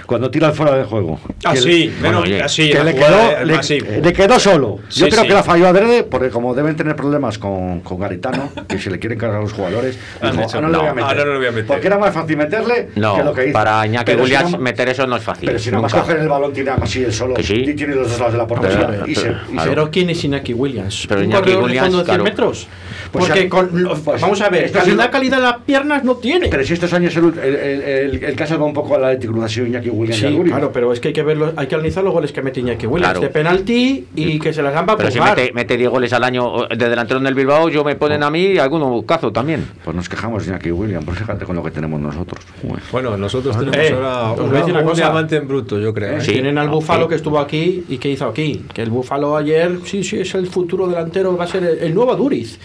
Speaker 6: cuando tira el fuera de juego.
Speaker 5: Ah,
Speaker 6: Que-
Speaker 5: sí, bueno, Bueno, ya. sí,
Speaker 6: que
Speaker 5: la
Speaker 6: le
Speaker 5: jugada
Speaker 6: quedó,
Speaker 5: del
Speaker 6: le-
Speaker 5: masivo.
Speaker 6: le quedó solo. Yo
Speaker 5: Sí,
Speaker 6: creo
Speaker 5: sí.
Speaker 6: que la falló Adrede, porque como deben tener problemas con, con Garitano, que se le quieren cargar a los jugadores,
Speaker 8: Han
Speaker 6: dijo,
Speaker 8: hecho-
Speaker 6: "Ah, no, le voy a
Speaker 8: no,
Speaker 6: meter".
Speaker 8: ahora no le voy a meter.
Speaker 6: Porque era más fácil meterle
Speaker 8: No,
Speaker 6: que lo que hizo.
Speaker 8: para Iñaki
Speaker 6: Pero si
Speaker 8: Williams
Speaker 6: no-
Speaker 8: meter eso no es fácil.
Speaker 6: pero si no más
Speaker 8: nunca.
Speaker 6: coger el balón, tira así él solo.
Speaker 8: Que sí.
Speaker 6: Y tiene los dos lados de la portería.
Speaker 8: Pero-
Speaker 6: y se,
Speaker 8: pero-
Speaker 6: y se-
Speaker 8: claro.
Speaker 4: Pero ¿quién es Iñaki Williams?
Speaker 8: Pero
Speaker 4: ¿Un
Speaker 8: Iñaki
Speaker 4: corredor de
Speaker 8: Williams,
Speaker 4: fondo de 100
Speaker 8: claro.
Speaker 4: metros?
Speaker 6: Pues
Speaker 4: Porque
Speaker 6: ya-
Speaker 4: con lo-
Speaker 6: pues-
Speaker 4: vamos a ver,
Speaker 6: esto ha
Speaker 4: calidad,
Speaker 6: sido-
Speaker 4: calidad las piernas no tiene.
Speaker 6: Pero si estos años el, el, el, el que ha salvado un poco a la Atlético Cruz ha sido Iñaki Williams.
Speaker 4: Sí,
Speaker 6: y Aguri.
Speaker 4: claro, pero es que hay que verlo, hay que analizar los goles que mete Iñaki Williams
Speaker 8: Claro.
Speaker 4: de penalti y que se las dan para
Speaker 6: pues
Speaker 8: Pero si
Speaker 4: pulgar.
Speaker 8: mete, mete 10 goles al año o- de delantero en el Bilbao, yo me ponen a mí y alguno cazo también.
Speaker 6: Pues nos quejamos de Iñaki Williams, pues fíjate con lo que tenemos nosotros.
Speaker 5: Bueno, nosotros tenemos
Speaker 4: Eh,
Speaker 5: ahora
Speaker 4: os
Speaker 5: un,
Speaker 4: voy a decir una
Speaker 5: un
Speaker 4: cosa.
Speaker 5: diamante en bruto, yo creo.
Speaker 4: Eh,
Speaker 5: ¿eh?
Speaker 4: Tienen al
Speaker 5: Ah,
Speaker 4: Búfalo
Speaker 5: sí.
Speaker 4: que estuvo aquí y que hizo aquí. Que el Búfalo ayer, sí, sí, es el futuro delantero, va a ser el, el nuevo Duriz.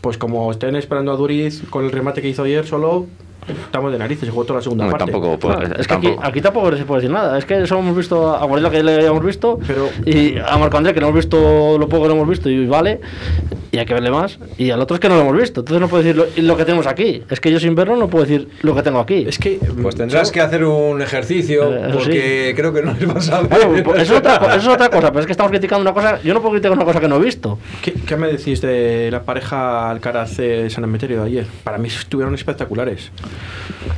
Speaker 4: Pues como estén esperando a Duriz con el remate que hizo ayer, solo estamos de narices. Se jugó toda la segunda
Speaker 8: No,
Speaker 4: parte.
Speaker 8: tampoco, pues,
Speaker 4: Claro.
Speaker 7: Es que aquí, aquí tampoco se puede decir nada. Es que eso hemos visto a Guardiola que le habíamos visto y a Marco André que lo hemos visto lo poco que lo hemos visto y vale. Y hay que verle más. Y al otro es que no lo hemos visto. Entonces no puedo decir lo, lo que tenemos aquí. Es que yo sin verlo no puedo decir lo que tengo aquí. Es
Speaker 4: que mm,
Speaker 5: Pues tendrás que hacer un ejercicio
Speaker 7: Eh, eso
Speaker 5: porque creo que no les vas a ver.
Speaker 7: Bueno, pues eso es, otra, co- eso es otra cosa, pero es que estamos criticando una cosa. Yo no puedo criticar una cosa que no he visto.
Speaker 4: ¿Qué, qué me decís de la pareja Alcaraz eh, San Emeterio de ayer? Para mí estuvieron espectaculares.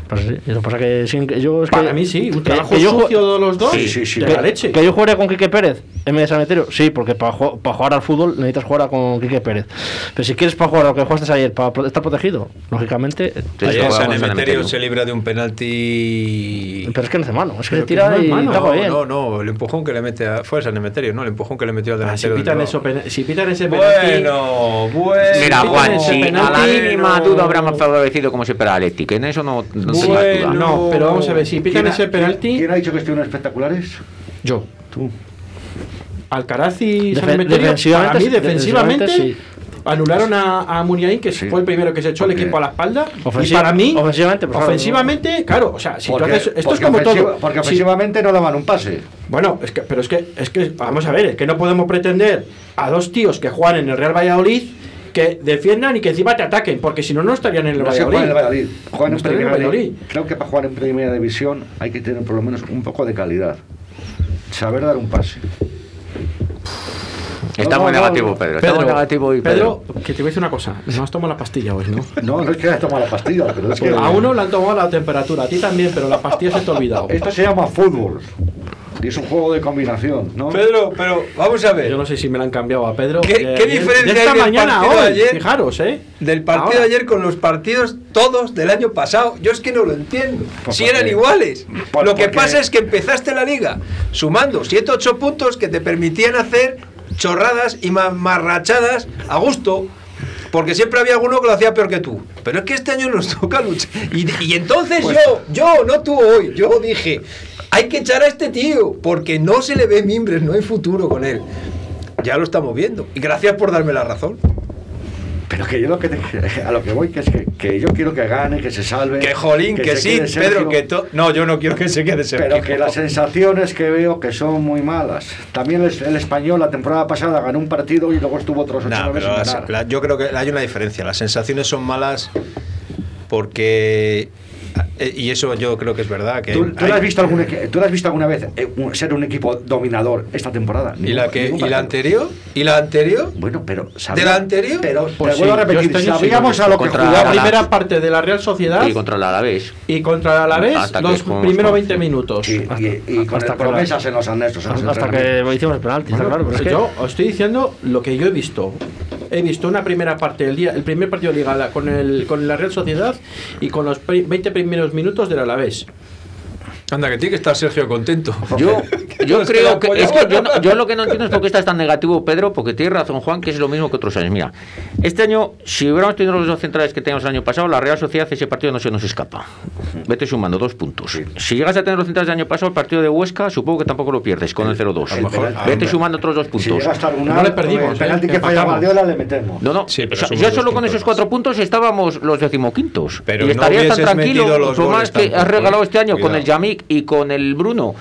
Speaker 7: Pues sí, lo que pasa que sin- que yo es que- eh,
Speaker 4: Para mí sí, un
Speaker 7: que-
Speaker 4: trabajo
Speaker 7: que yo ju-
Speaker 4: sucio de los dos. de
Speaker 7: que,
Speaker 4: la leche.
Speaker 7: que yo jugaría con Quique Pérez en vez de San Emeterio. Sí, porque para, ju- para jugar al fútbol necesitas jugar a- con Quique Pérez. Pero si quieres para jugar a lo que jugaste ayer, para pro- estar protegido, lógicamente.
Speaker 5: Ayer San
Speaker 7: Emeterio
Speaker 5: Emeterio se libra de un penalti.
Speaker 7: Pero es que no hace mano, es que
Speaker 5: Pero
Speaker 7: se tira
Speaker 5: no es
Speaker 7: y
Speaker 5: mano.
Speaker 7: tapa bien.
Speaker 5: No, no, el empujón que le mete a. Fue San Emeterio, ¿no? El empujón que le metió al
Speaker 4: Ah, si,
Speaker 5: delantero. del
Speaker 4: pitan
Speaker 5: Bilbao.
Speaker 4: eso pena- si pitan ese penalti.
Speaker 5: Bueno, bueno.
Speaker 8: Mira, Juan,
Speaker 4: ese
Speaker 8: si a
Speaker 4: penalti,
Speaker 8: la mínima
Speaker 4: no.
Speaker 8: duda habrá más favorecido como siempre a Atleti, que en eso no, no
Speaker 4: Sí,
Speaker 8: tengas duda.
Speaker 4: no, pero vamos a ver, si pitan
Speaker 6: ¿Quién ha-
Speaker 4: ese penalti.
Speaker 6: ¿Quién ha dicho que estuvieron espectaculares?
Speaker 4: Yo.
Speaker 6: Tú.
Speaker 4: Alcaraz y San
Speaker 7: Defe-
Speaker 4: Emeterio,
Speaker 7: defensivamente
Speaker 4: para mí
Speaker 7: sí,
Speaker 4: defensivamente,
Speaker 7: defensivamente
Speaker 4: anularon a, a Muniain, que fue el primero que se echó el equipo a la espalda.
Speaker 7: Ofensi-
Speaker 4: y para mí,
Speaker 7: ofensivamente, por favor,
Speaker 4: ofensivamente, claro, o sea, si tú
Speaker 6: Porque-
Speaker 4: haces- esto es
Speaker 6: porque
Speaker 4: como
Speaker 6: ofensiva-
Speaker 4: todo.
Speaker 6: Porque
Speaker 4: Si-
Speaker 6: ofensivamente no daban un pase.
Speaker 4: bueno, es que, pero es que, es que, vamos a ver, es que no podemos pretender a dos tíos que juegan en el Real Valladolid que defiendan y que encima te ataquen, porque si no, no estarían en el
Speaker 6: No se
Speaker 4: Valladolid.
Speaker 6: juega en el Valladolid. Juegan
Speaker 4: No
Speaker 6: en
Speaker 4: estarían en el
Speaker 6: primera
Speaker 4: Valladolid.
Speaker 6: di- Creo que para jugar en primera división hay que tener por lo menos un poco de calidad. Saber dar un pase.
Speaker 8: Está muy negativo, Pedro. Está muy negativo y Pedro.
Speaker 4: Pedro, que te voy a decir una cosa. No has tomado la pastilla hoy,
Speaker 5: *laughs*
Speaker 4: ¿no?
Speaker 6: No, no es que haya tomado la pastilla, pero es que.
Speaker 4: a uno le han tomado la temperatura, a ti también, pero la pastilla se te ha olvidado.
Speaker 5: Este-
Speaker 6: Esto se llama fútbol. Y es un juego de combinación, ¿no?
Speaker 5: Pedro, pero vamos a ver.
Speaker 4: Yo no sé si me la han cambiado a Pedro.
Speaker 5: ¿Qué,
Speaker 4: De
Speaker 5: qué
Speaker 4: ayer-
Speaker 5: diferencia
Speaker 4: de esta
Speaker 5: hay del
Speaker 4: mañana a
Speaker 5: partido
Speaker 4: hoy?
Speaker 5: de ayer?
Speaker 4: Fijaros, ¿eh?
Speaker 5: Del partido
Speaker 4: Ahora.
Speaker 5: de ayer con los partidos todos del año pasado. Yo es que no lo entiendo.
Speaker 4: Pues
Speaker 5: si
Speaker 4: porque-
Speaker 5: eran iguales.
Speaker 4: Pues
Speaker 5: lo que
Speaker 4: porque-
Speaker 5: pasa es que empezaste la liga sumando 7 8 puntos que te permitían hacer chorradas y mamarrachadas a gusto. Porque siempre había alguno que lo hacía peor que tú. Pero es que este año nos *laughs* toca luchar. Y, y entonces
Speaker 4: Pues
Speaker 5: yo, yo, no tú hoy, yo dije, hay que echar a este tío, porque no se le ve mimbres, no hay futuro con él. Ya lo estamos viendo. Y gracias por darme la razón.
Speaker 6: Pero que yo lo que te- *laughs* a lo que voy que es que, que yo quiero que gane, que se salve.
Speaker 5: Que jolín,
Speaker 6: se
Speaker 5: que, sí,
Speaker 6: quede
Speaker 5: Pedro,
Speaker 6: Sergio,
Speaker 5: que to- No, yo no quiero que se quede Sergio.
Speaker 6: Pero que las sensaciones que veo que son muy malas. También el, el español la temporada pasada ganó un partido y luego estuvo otros ocho
Speaker 5: Nah,
Speaker 6: meses
Speaker 5: pero
Speaker 6: sin
Speaker 5: las-
Speaker 6: ganar.
Speaker 5: la- yo creo que hay una diferencia. Las sensaciones son malas porque. eh, Y eso yo creo que es verdad. Que
Speaker 6: ¿Tú, tú
Speaker 5: hay-
Speaker 6: la has visto algún equi- tú la has visto alguna vez eh, un- ser un equipo dominador esta temporada?
Speaker 5: ¿Y la, que,
Speaker 6: Ningún
Speaker 5: ¿Y la
Speaker 6: partido.
Speaker 5: anterior? ¿Y la anterior?
Speaker 6: Bueno, pero.
Speaker 5: ¿De la anterior?
Speaker 6: Pero
Speaker 4: Pues
Speaker 6: te vuelvo
Speaker 4: sí,
Speaker 6: a repetir,
Speaker 4: yo este año sí
Speaker 6: sabíamos
Speaker 4: lo he
Speaker 6: a lo
Speaker 4: visto.
Speaker 6: que
Speaker 4: Contra
Speaker 6: jugaba.
Speaker 4: la primera parte de la Real Sociedad
Speaker 8: Y contra el Alavés.
Speaker 4: y contra el Alavés
Speaker 8: Hasta que
Speaker 4: los
Speaker 8: jugamos
Speaker 4: primeros
Speaker 8: con-
Speaker 4: 20 minutos.
Speaker 6: Y, y con
Speaker 4: hasta
Speaker 6: el
Speaker 4: que la-
Speaker 6: promesas en los anexos. en los
Speaker 7: Hasta que
Speaker 6: entrenamientos.
Speaker 7: hicimos el penalti, está
Speaker 4: Bueno,
Speaker 7: claro. Pero
Speaker 8: pues
Speaker 7: es que
Speaker 4: yo os estoy diciendo lo que yo he visto. He visto una primera parte del día, el primer partido de Liga la- con, el, con la Real Sociedad y con los pri- 20 primeros minutos del Alavés.
Speaker 5: Anda, que tiene que estar Sergio contento. *laughs*
Speaker 8: Yo, yo
Speaker 5: nos
Speaker 8: creo
Speaker 5: queda
Speaker 8: que.
Speaker 5: polla.
Speaker 8: Es que yo, no-
Speaker 5: *laughs*
Speaker 8: yo lo que no entiendo es por qué estás tan negativo, Pedro, porque tienes razón, Juan, que es lo mismo que otros años. Mira, este año, si hubiéramos tenido los dos centrales que teníamos el año pasado, la Real Sociedad ese partido no se nos escapa. Vete sumando dos puntos. Si llegas a tener los centrales del año pasado, el partido de Huesca, supongo que tampoco lo pierdes con el 0-2.
Speaker 6: A lo mejor-
Speaker 8: Vete sumando otros dos
Speaker 6: Si
Speaker 8: puntos.
Speaker 6: llega hasta alguna, El penalti que falla
Speaker 8: empatamos.
Speaker 6: Guardiola le metemos.
Speaker 8: No, no, o sea, yo solo con esos cuatro puntos estábamos los decimoquintos.
Speaker 5: Pero
Speaker 8: y
Speaker 5: no
Speaker 8: estarías tan
Speaker 5: hubieses metido
Speaker 8: tranquilo,
Speaker 5: los
Speaker 8: por
Speaker 5: goles
Speaker 8: más que este
Speaker 5: tampoco,
Speaker 8: has regalado
Speaker 5: eh.
Speaker 8: este año con
Speaker 5: Cuidado.
Speaker 8: el Yamik y con el Bruno.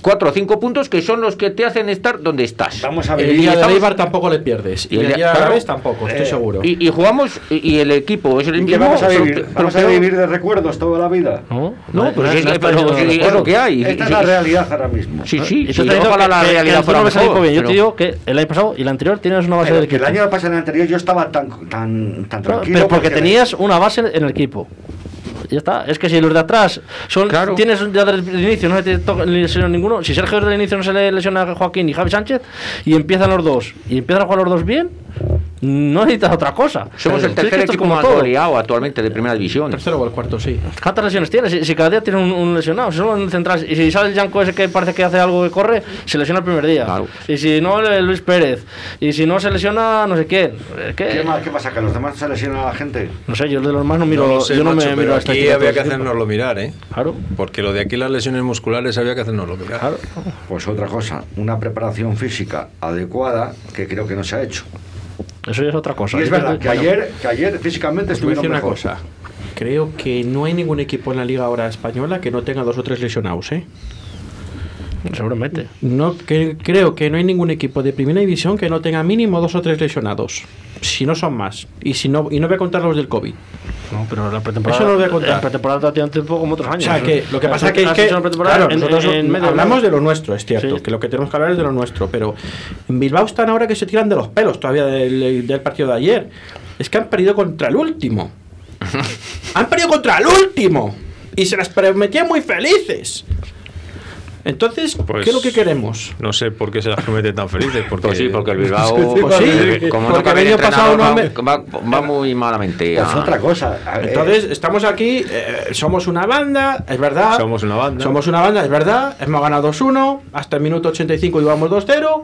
Speaker 8: cuatro o cinco puntos que son los que te hacen estar donde estás. Vamos
Speaker 4: El día de Eibar tampoco le pierdes. Y el eh, día Alavés tampoco, estoy seguro.
Speaker 8: Y, y jugamos, y, y el equipo es el
Speaker 6: ¿Y qué
Speaker 8: mismo.
Speaker 6: vamos a
Speaker 8: son-
Speaker 6: vivir?
Speaker 8: pero-
Speaker 6: ¿Vamos a
Speaker 8: pero-
Speaker 6: vivir de recuerdos toda la vida?
Speaker 7: No,
Speaker 8: No, pero es- es- pero es- es lo que hay.
Speaker 6: Esta es la realidad ahora mismo.
Speaker 8: Sí, sí,
Speaker 7: Yo
Speaker 8: sí,
Speaker 7: te digo
Speaker 8: ojalá
Speaker 7: que-
Speaker 8: la
Speaker 7: que- que
Speaker 8: realidad
Speaker 7: el
Speaker 8: fuera
Speaker 7: fútbol es
Speaker 8: mejor,
Speaker 7: equipo bien. Yo
Speaker 8: pero-
Speaker 7: te digo que el año pasado y el anterior tenías una base
Speaker 6: Pero
Speaker 7: del
Speaker 6: que
Speaker 7: equipo.
Speaker 6: el año pasado en el anterior yo estaba tan, tan, tan
Speaker 7: No,
Speaker 6: tranquilo.
Speaker 7: pero porque tenías una base en el equipo. Ya está. Es que si los de atrás son tienes ya desde el inicio, no te toca ni lesión ninguno. Si Sergio desde el inicio no se le lesiona a Joaquín y Javi Sánchez y empiezan los dos y empiezan a jugar los dos bien, no necesitas otra cosa. Pero
Speaker 8: Somos el
Speaker 7: sí que esto
Speaker 8: tercer
Speaker 7: es
Speaker 8: equipo
Speaker 7: como
Speaker 8: más
Speaker 7: todo.
Speaker 8: goleado actualmente de primera división.
Speaker 4: Tercero o el cuarto, sí.
Speaker 7: ¿Cuántas lesiones tienes? Si, si cada día tiene un, un lesionado, si solo en central, y si sale el Janco ese que parece que hace algo que corre, se lesiona el primer día. Y si no, el- el Luis Pérez. Y si no, se lesiona no sé quién. Es que-
Speaker 6: ¿Qué, más- ¿Qué pasa? ¿Que los demás se lesionan a la gente?
Speaker 7: No sé, yo de los más no
Speaker 6: miro-
Speaker 5: lo sé,
Speaker 6: yo no me
Speaker 5: macho,
Speaker 6: miro
Speaker 5: pero
Speaker 6: hasta
Speaker 5: aquí
Speaker 6: aquí
Speaker 5: había
Speaker 6: todo
Speaker 5: que
Speaker 6: el tiempo.
Speaker 5: hacernoslo mirar, ¿eh?
Speaker 7: Claro.
Speaker 5: Porque lo de aquí las lesiones musculares había que hacernoslo mirar. Claro.
Speaker 6: Pues otra cosa, una preparación física adecuada que creo que no se ha hecho.
Speaker 7: Eso ya es otra cosa.
Speaker 6: Y es
Speaker 4: Yo
Speaker 6: verdad
Speaker 4: creo-
Speaker 6: que ayer, que ayer físicamente
Speaker 4: Os voy a
Speaker 6: estuvieron
Speaker 4: decir una
Speaker 6: mejor.
Speaker 4: cosa. Creo que no hay ningún equipo en la liga ahora española que no tenga dos o tres lesionados, ¿eh?
Speaker 7: Seguramente.
Speaker 4: No, que- creo que no hay ningún equipo de primera división que no tenga mínimo dos o tres lesionados. Si no son más. Y si no, y no voy a contar los del COVID.
Speaker 7: No, pero la pretemporada.
Speaker 4: Eso no lo voy a contar.
Speaker 7: La pretemporada tiene tiempo como otros
Speaker 4: O
Speaker 7: años.
Speaker 4: sea, que lo que
Speaker 7: Has-
Speaker 4: pasa que es
Speaker 7: has
Speaker 4: que
Speaker 7: hecho una pretemporada
Speaker 4: claro,
Speaker 7: en-
Speaker 4: nosotros
Speaker 7: en- en medio
Speaker 4: hablamos
Speaker 7: año.
Speaker 4: de lo nuestro, es cierto, que lo que tenemos que hablar es de lo nuestro, pero en Bilbao están ahora que se tiran de los pelos todavía del, del partido de ayer. Es que han perdido contra
Speaker 7: *laughs*
Speaker 4: el último. han perdido contra el último. Y se las prometían muy felices. Entonces, ¿qué es
Speaker 7: Pues
Speaker 4: lo que queremos?
Speaker 5: No sé por qué se las promete tan felices. Porque...
Speaker 8: Pues sí,
Speaker 5: *laughs*
Speaker 8: porque el Bilbao,
Speaker 5: Pues sí,
Speaker 8: como
Speaker 5: porque
Speaker 8: no cambia de
Speaker 5: el año pasado
Speaker 8: entrenador,
Speaker 5: no
Speaker 8: va, va- va muy malamente.
Speaker 4: Pues
Speaker 8: ah.
Speaker 4: otra
Speaker 6: cosa. eh,
Speaker 4: Entonces, estamos aquí, eh, somos una banda, es verdad.
Speaker 5: Somos una banda.
Speaker 4: Somos una banda, es verdad. Hemos ganado 2-1, hasta el minuto 85 íbamos 2-0.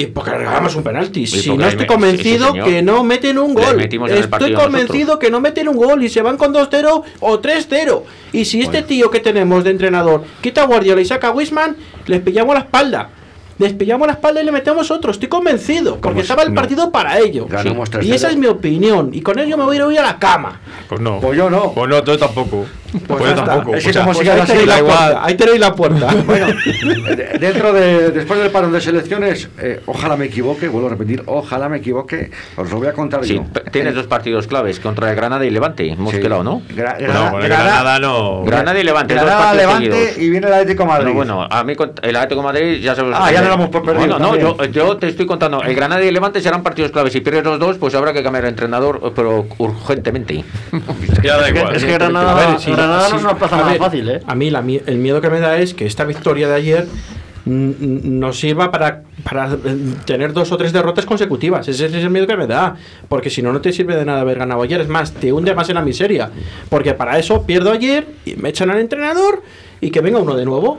Speaker 4: Y porque regalamos un penalti. Si
Speaker 8: porque
Speaker 4: no
Speaker 8: le
Speaker 4: estoy
Speaker 8: me- sí,
Speaker 4: convencido
Speaker 8: sí, señor.
Speaker 4: que no meten un
Speaker 8: Le
Speaker 4: gol.
Speaker 8: metimos en el
Speaker 4: Estoy
Speaker 8: partido
Speaker 4: convencido que no meten un gol y se van con 2-0 o 3-0. Y si este tío que tenemos de entrenador quita a Guardiola y saca a Wisman, les pillamos la espalda. Les pillamos la espalda y le metemos otro. Estoy convencido. Porque estaba el partido para ello.
Speaker 6: Ganamos
Speaker 4: Sí.
Speaker 6: 3-0.
Speaker 4: Y esa es mi opinión. Y con ello me voy a ir hoy a la cama.
Speaker 5: Pues no.
Speaker 6: Pues yo no.
Speaker 5: Pues no, yo tampoco. Pues,
Speaker 4: ya
Speaker 5: yo
Speaker 4: está.
Speaker 5: tampoco.
Speaker 4: Es que
Speaker 5: O sea,
Speaker 4: como
Speaker 5: pues
Speaker 4: sigas
Speaker 5: ahí
Speaker 4: así,
Speaker 5: tenéis
Speaker 4: da
Speaker 5: la
Speaker 4: igual.
Speaker 5: puerta.
Speaker 4: Ahí tenéis la puerta.
Speaker 8: *laughs*
Speaker 6: De- Dentro de, después del parón de selecciones, eh, ojalá me equivoque, vuelvo a repetir, ojalá me equivoque, os lo voy a contar
Speaker 8: Sí,
Speaker 6: yo. Eh,
Speaker 8: pe- tienes dos partidos claves contra el Granada y Levante. Hemos
Speaker 6: Sí.
Speaker 8: quedado, ¿no?
Speaker 6: Gra- Gra- No, con el Granada- Granada
Speaker 8: no. Granada y Levante. dos
Speaker 6: Granada,
Speaker 8: partidos
Speaker 6: Levante
Speaker 8: seguidos.
Speaker 6: y viene el Atlético de Madrid.
Speaker 8: No, bueno, a mí cont- el Atlético de Madrid ya sabemos.
Speaker 6: Ah, ya lo damos por perdido
Speaker 8: Bueno, no, yo,
Speaker 6: también.
Speaker 8: yo te estoy contando. El Granada y el Levante serán partidos claves. Si pierdes los dos, pues habrá que cambiar de entrenador, eh, pero urgentemente.
Speaker 5: Ya da
Speaker 4: Es que-
Speaker 5: igual.
Speaker 4: es que Granada-
Speaker 8: A ver, sí,
Speaker 4: Granada no
Speaker 8: sí.
Speaker 4: es una plaza
Speaker 8: A
Speaker 4: nada
Speaker 8: ver,
Speaker 4: fácil. ¿eh?
Speaker 7: ¿eh?
Speaker 4: A mí la mi- el miedo que me da es que esta victoria de ayer mm, mm, nos sirva para, para eh, tener dos o tres derrotas consecutivas. Ese, ese es el miedo que me da. Porque si no, no te sirve de nada haber ganado ayer. Es más, te hunde más en la miseria. Porque para eso pierdo ayer y me echan al entrenador y que venga uno de nuevo.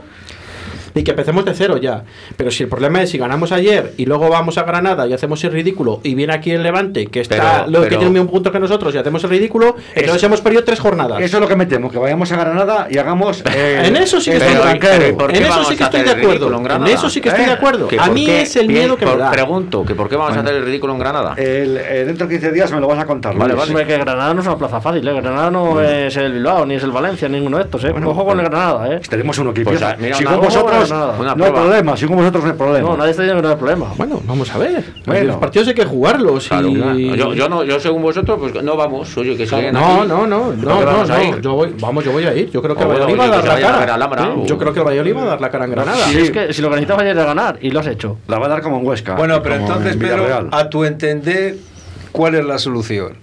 Speaker 4: Y que empecemos de cero ya. Pero si el problema es si ganamos ayer y luego vamos a Granada y hacemos el ridículo y viene aquí el Levante, que está
Speaker 6: Pero-
Speaker 4: lo que
Speaker 6: pero-
Speaker 4: tiene un mismo punto que nosotros y hacemos el ridículo, entonces hemos perdido tres jornadas.
Speaker 6: Eso es lo que me temo, que vayamos a Granada y hagamos... eh,
Speaker 4: En eso sí que
Speaker 6: el
Speaker 4: estoy,
Speaker 6: banquero.
Speaker 8: Pero, ¿y por qué
Speaker 4: en eso
Speaker 8: vamos
Speaker 4: sí que
Speaker 8: a
Speaker 4: estoy
Speaker 8: hacer
Speaker 4: de
Speaker 8: el
Speaker 4: acuerdo.
Speaker 8: ridículo en
Speaker 4: En
Speaker 8: Granada?
Speaker 4: eso sí que estoy
Speaker 6: ¿Eh?
Speaker 4: de acuerdo.
Speaker 8: ¿Que
Speaker 4: A
Speaker 8: por
Speaker 4: mí
Speaker 8: qué
Speaker 4: es el
Speaker 8: pier-
Speaker 4: miedo que me
Speaker 8: por-
Speaker 4: da.
Speaker 8: Pregunto, ¿que por qué vamos
Speaker 4: Bueno.
Speaker 8: a hacer el ridículo en Granada?
Speaker 6: El- eh, dentro de 15 días me lo vas a contar.
Speaker 8: Vale,
Speaker 6: Luis.
Speaker 7: Hombre, que Granada no es una plaza fácil, ¿eh? Granada no es el Bilbao, ni es el Valencia, ninguno de estos, ¿eh? Ojo con el Granada, ¿eh?
Speaker 6: pues, Tenemos uno que
Speaker 7: Pues,
Speaker 6: empieza.
Speaker 7: ah, mira,
Speaker 6: si
Speaker 7: una-
Speaker 6: con
Speaker 7: una
Speaker 6: vosotros
Speaker 7: prueba, nada. Una
Speaker 6: no hay
Speaker 7: prueba.
Speaker 6: problema, si con vosotros no hay problema.
Speaker 7: No, nadie está diciendo que no hay problema.
Speaker 4: Bueno, vamos a ver.
Speaker 6: Bueno.
Speaker 4: Los partidos hay que jugarlos. y-
Speaker 8: Yo, yo no, yo según vosotros, pues no vamos. Oye, que siguen
Speaker 4: No,
Speaker 8: aquí.
Speaker 4: no, no, no,
Speaker 8: ¿Por qué
Speaker 4: no,
Speaker 8: vamos a
Speaker 4: no,
Speaker 8: ir?
Speaker 4: Yo voy, vamos, yo voy a ir. Yo creo que
Speaker 8: O
Speaker 4: el
Speaker 8: bueno,
Speaker 4: Valladolid va a dar
Speaker 8: oye, que
Speaker 4: la
Speaker 8: se vayan a ver
Speaker 4: cara.
Speaker 8: a Alhambra,
Speaker 4: Sí,
Speaker 8: o-
Speaker 4: Yo creo que el Valladolid va a dar la cara en Granada.
Speaker 7: Si es que si lo organizabas ayer era ganar y lo has hecho.
Speaker 6: La va a dar como en Huesca.
Speaker 5: Bueno, pero entonces,
Speaker 6: Villarreal.
Speaker 5: Pedro, a tu entender, ¿cuál es la solución?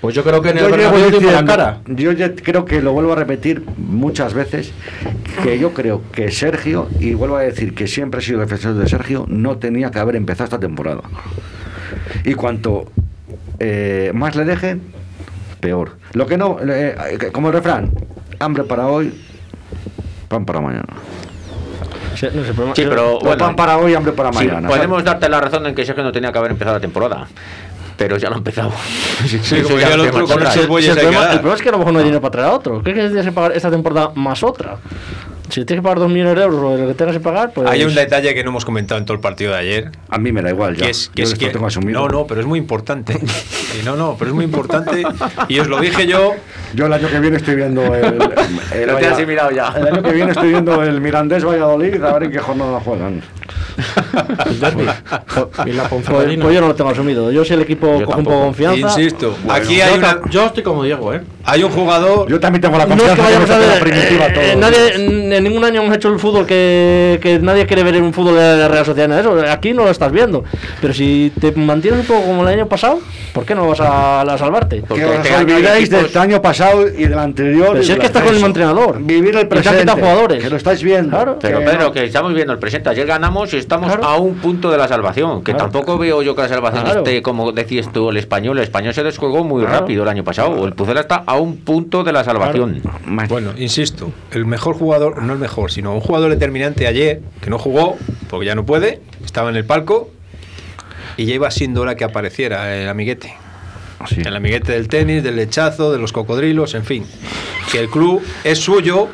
Speaker 4: Pues yo creo que en el
Speaker 6: Yo llevo
Speaker 4: Bernabéu tiene mala
Speaker 6: diciendo-
Speaker 4: cara.
Speaker 6: yo ya creo que lo vuelvo a repetir muchas veces, que yo creo que Sergio, y vuelvo a decir que siempre he sido defensor de Sergio, no tenía que haber empezado esta temporada. Y cuanto eh, más le dejen, peor. Lo que no, eh, como el refrán, hambre para hoy, pan para mañana.
Speaker 8: Sí, pero
Speaker 6: O
Speaker 8: bueno,
Speaker 6: pan para hoy, hambre para
Speaker 8: sí,
Speaker 6: mañana.
Speaker 8: podemos darte la razón en que Sergio no tenía que haber empezado la temporada. Pero ya lo ha empezado. *laughs* Sí,
Speaker 7: como
Speaker 5: ya el otro con
Speaker 7: Si el, problema, el problema es que a lo mejor no hay dinero para traer a otro. ¿Qué es que tienes que pagar esta temporada más otra? Si tienes que pagar 2 millones de euros o lo que tengas que pagar, pues.
Speaker 5: Hay
Speaker 7: *laughs*
Speaker 5: un detalle que no hemos comentado en todo el partido de ayer.
Speaker 6: A mí me da igual ya.
Speaker 5: Que es, que
Speaker 6: Yo
Speaker 5: es
Speaker 6: esto
Speaker 5: que-
Speaker 6: lo tengo asumido.
Speaker 5: No, no, pero es muy importante. Y no, no, pero es muy importante. Y os lo dije yo.
Speaker 6: Yo el año que viene estoy viendo
Speaker 5: *laughs*
Speaker 6: el. el,
Speaker 5: Eh, Lo
Speaker 6: Valla-
Speaker 5: tienes mirado ya.
Speaker 6: El año que viene estoy viendo el Mirandés Valladolid a ver en qué jornada juegan.
Speaker 7: Pues, pues yo no lo tengo asumido. Yo si el equipo coge un poco de confianza.
Speaker 5: Insisto, aquí hay
Speaker 7: Yo
Speaker 5: una.
Speaker 4: Yo estoy como Diego, ¿eh?
Speaker 5: Hay un jugador.
Speaker 6: Yo también tengo
Speaker 7: No es que vayamos a ver, eh, eh, nadie, en en ningún año hemos hecho el fútbol que, que nadie quiere ver un fútbol de la Real Sociedad. nada de Eso. Aquí no lo estás viendo. Pero si te mantienes un poco como el año pasado, ¿por qué no vas a, a salvarte?
Speaker 6: Que os olvidáis del año pasado y del anterior.
Speaker 7: Pero
Speaker 6: y
Speaker 7: si
Speaker 6: del
Speaker 7: es que estás con el mismo
Speaker 6: anterior.
Speaker 7: entrenador.
Speaker 6: Vivir el
Speaker 7: Y te han
Speaker 6: presente.
Speaker 7: quitado jugadores.
Speaker 6: Que lo estáis viendo. *laughs*
Speaker 8: Pero
Speaker 6: Que
Speaker 8: Pedro,
Speaker 6: no.
Speaker 8: que estamos viendo el presente. Ayer ganamos y estamos a un punto de la salvación. Que tampoco veo yo que la salvación
Speaker 7: Claro.
Speaker 8: esté, como decías tú, el español. El español se descolgó muy
Speaker 5: Claro.
Speaker 8: rápido el año pasado. El Pucela está a un punto de la salvación.
Speaker 5: Bueno, insisto, el mejor jugador, no el mejor, sino un jugador determinante ayer, que no jugó, porque ya no puede, estaba en el palco, y ya iba siendo hora que apareciera el amiguete. El amiguete del tenis, del lechazo, de los cocodrilos, en fin. Que el club es suyo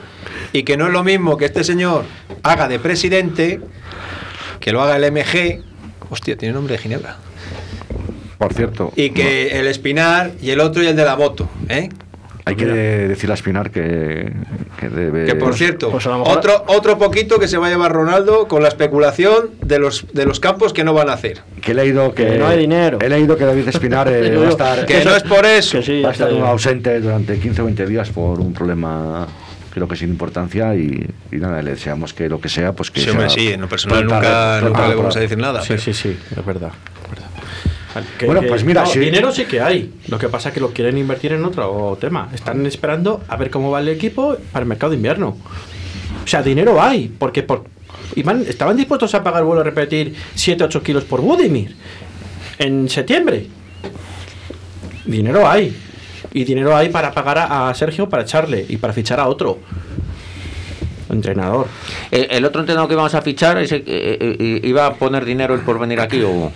Speaker 5: y que no es lo mismo que este señor haga de presidente, que lo haga el MG. Hostia, tiene nombre de Ginebra.
Speaker 6: Por cierto.
Speaker 5: Y que el Espinar y el otro y el de la moto, ¿eh?
Speaker 6: Hay que decirle a Espinar que, que debe.
Speaker 5: Que por cierto,
Speaker 6: Pues a lo mejor-
Speaker 5: otro, otro poquito que se va a llevar Ronaldo con la especulación de los, de los campos que no van a hacer.
Speaker 6: Que he leído que.
Speaker 5: Que no hay
Speaker 6: dinero. He leído que David
Speaker 7: *laughs*
Speaker 6: Espinar eh, va a estar.
Speaker 5: que no es por eso.
Speaker 6: va a estar ausente durante 15 o 20 días por un problema. Creo que sin importancia y, y nada, le deseamos que lo que sea, pues que
Speaker 5: Sí,
Speaker 6: sea
Speaker 5: hombre, sí, en lo personal
Speaker 6: pronta-
Speaker 5: nunca,
Speaker 6: pronta
Speaker 5: nunca le vamos a
Speaker 6: recuperación.
Speaker 5: decir nada.
Speaker 4: Sí,
Speaker 5: pero-
Speaker 4: sí, sí, es verdad. es verdad. Vale, que-
Speaker 6: Bueno,
Speaker 4: que-
Speaker 6: pues mira,
Speaker 4: no,
Speaker 6: sí.
Speaker 4: dinero sí que hay. Lo que pasa es que lo quieren invertir en otro tema. Están esperando a ver cómo va el equipo para el mercado de invierno. O sea, dinero hay, porque por y van- estaban dispuestos a pagar vuelo a repetir 7 8 kilos por Budimir en septiembre. Dinero hay. Y dinero hay para pagar a, a Sergio para echarle y para fichar a otro. Entrenador.
Speaker 8: El, Eh, el otro entrenador que vamos a fichar ese, eh, eh, eh, iba a poner dinero él por venir aquí o.
Speaker 4: vuelvo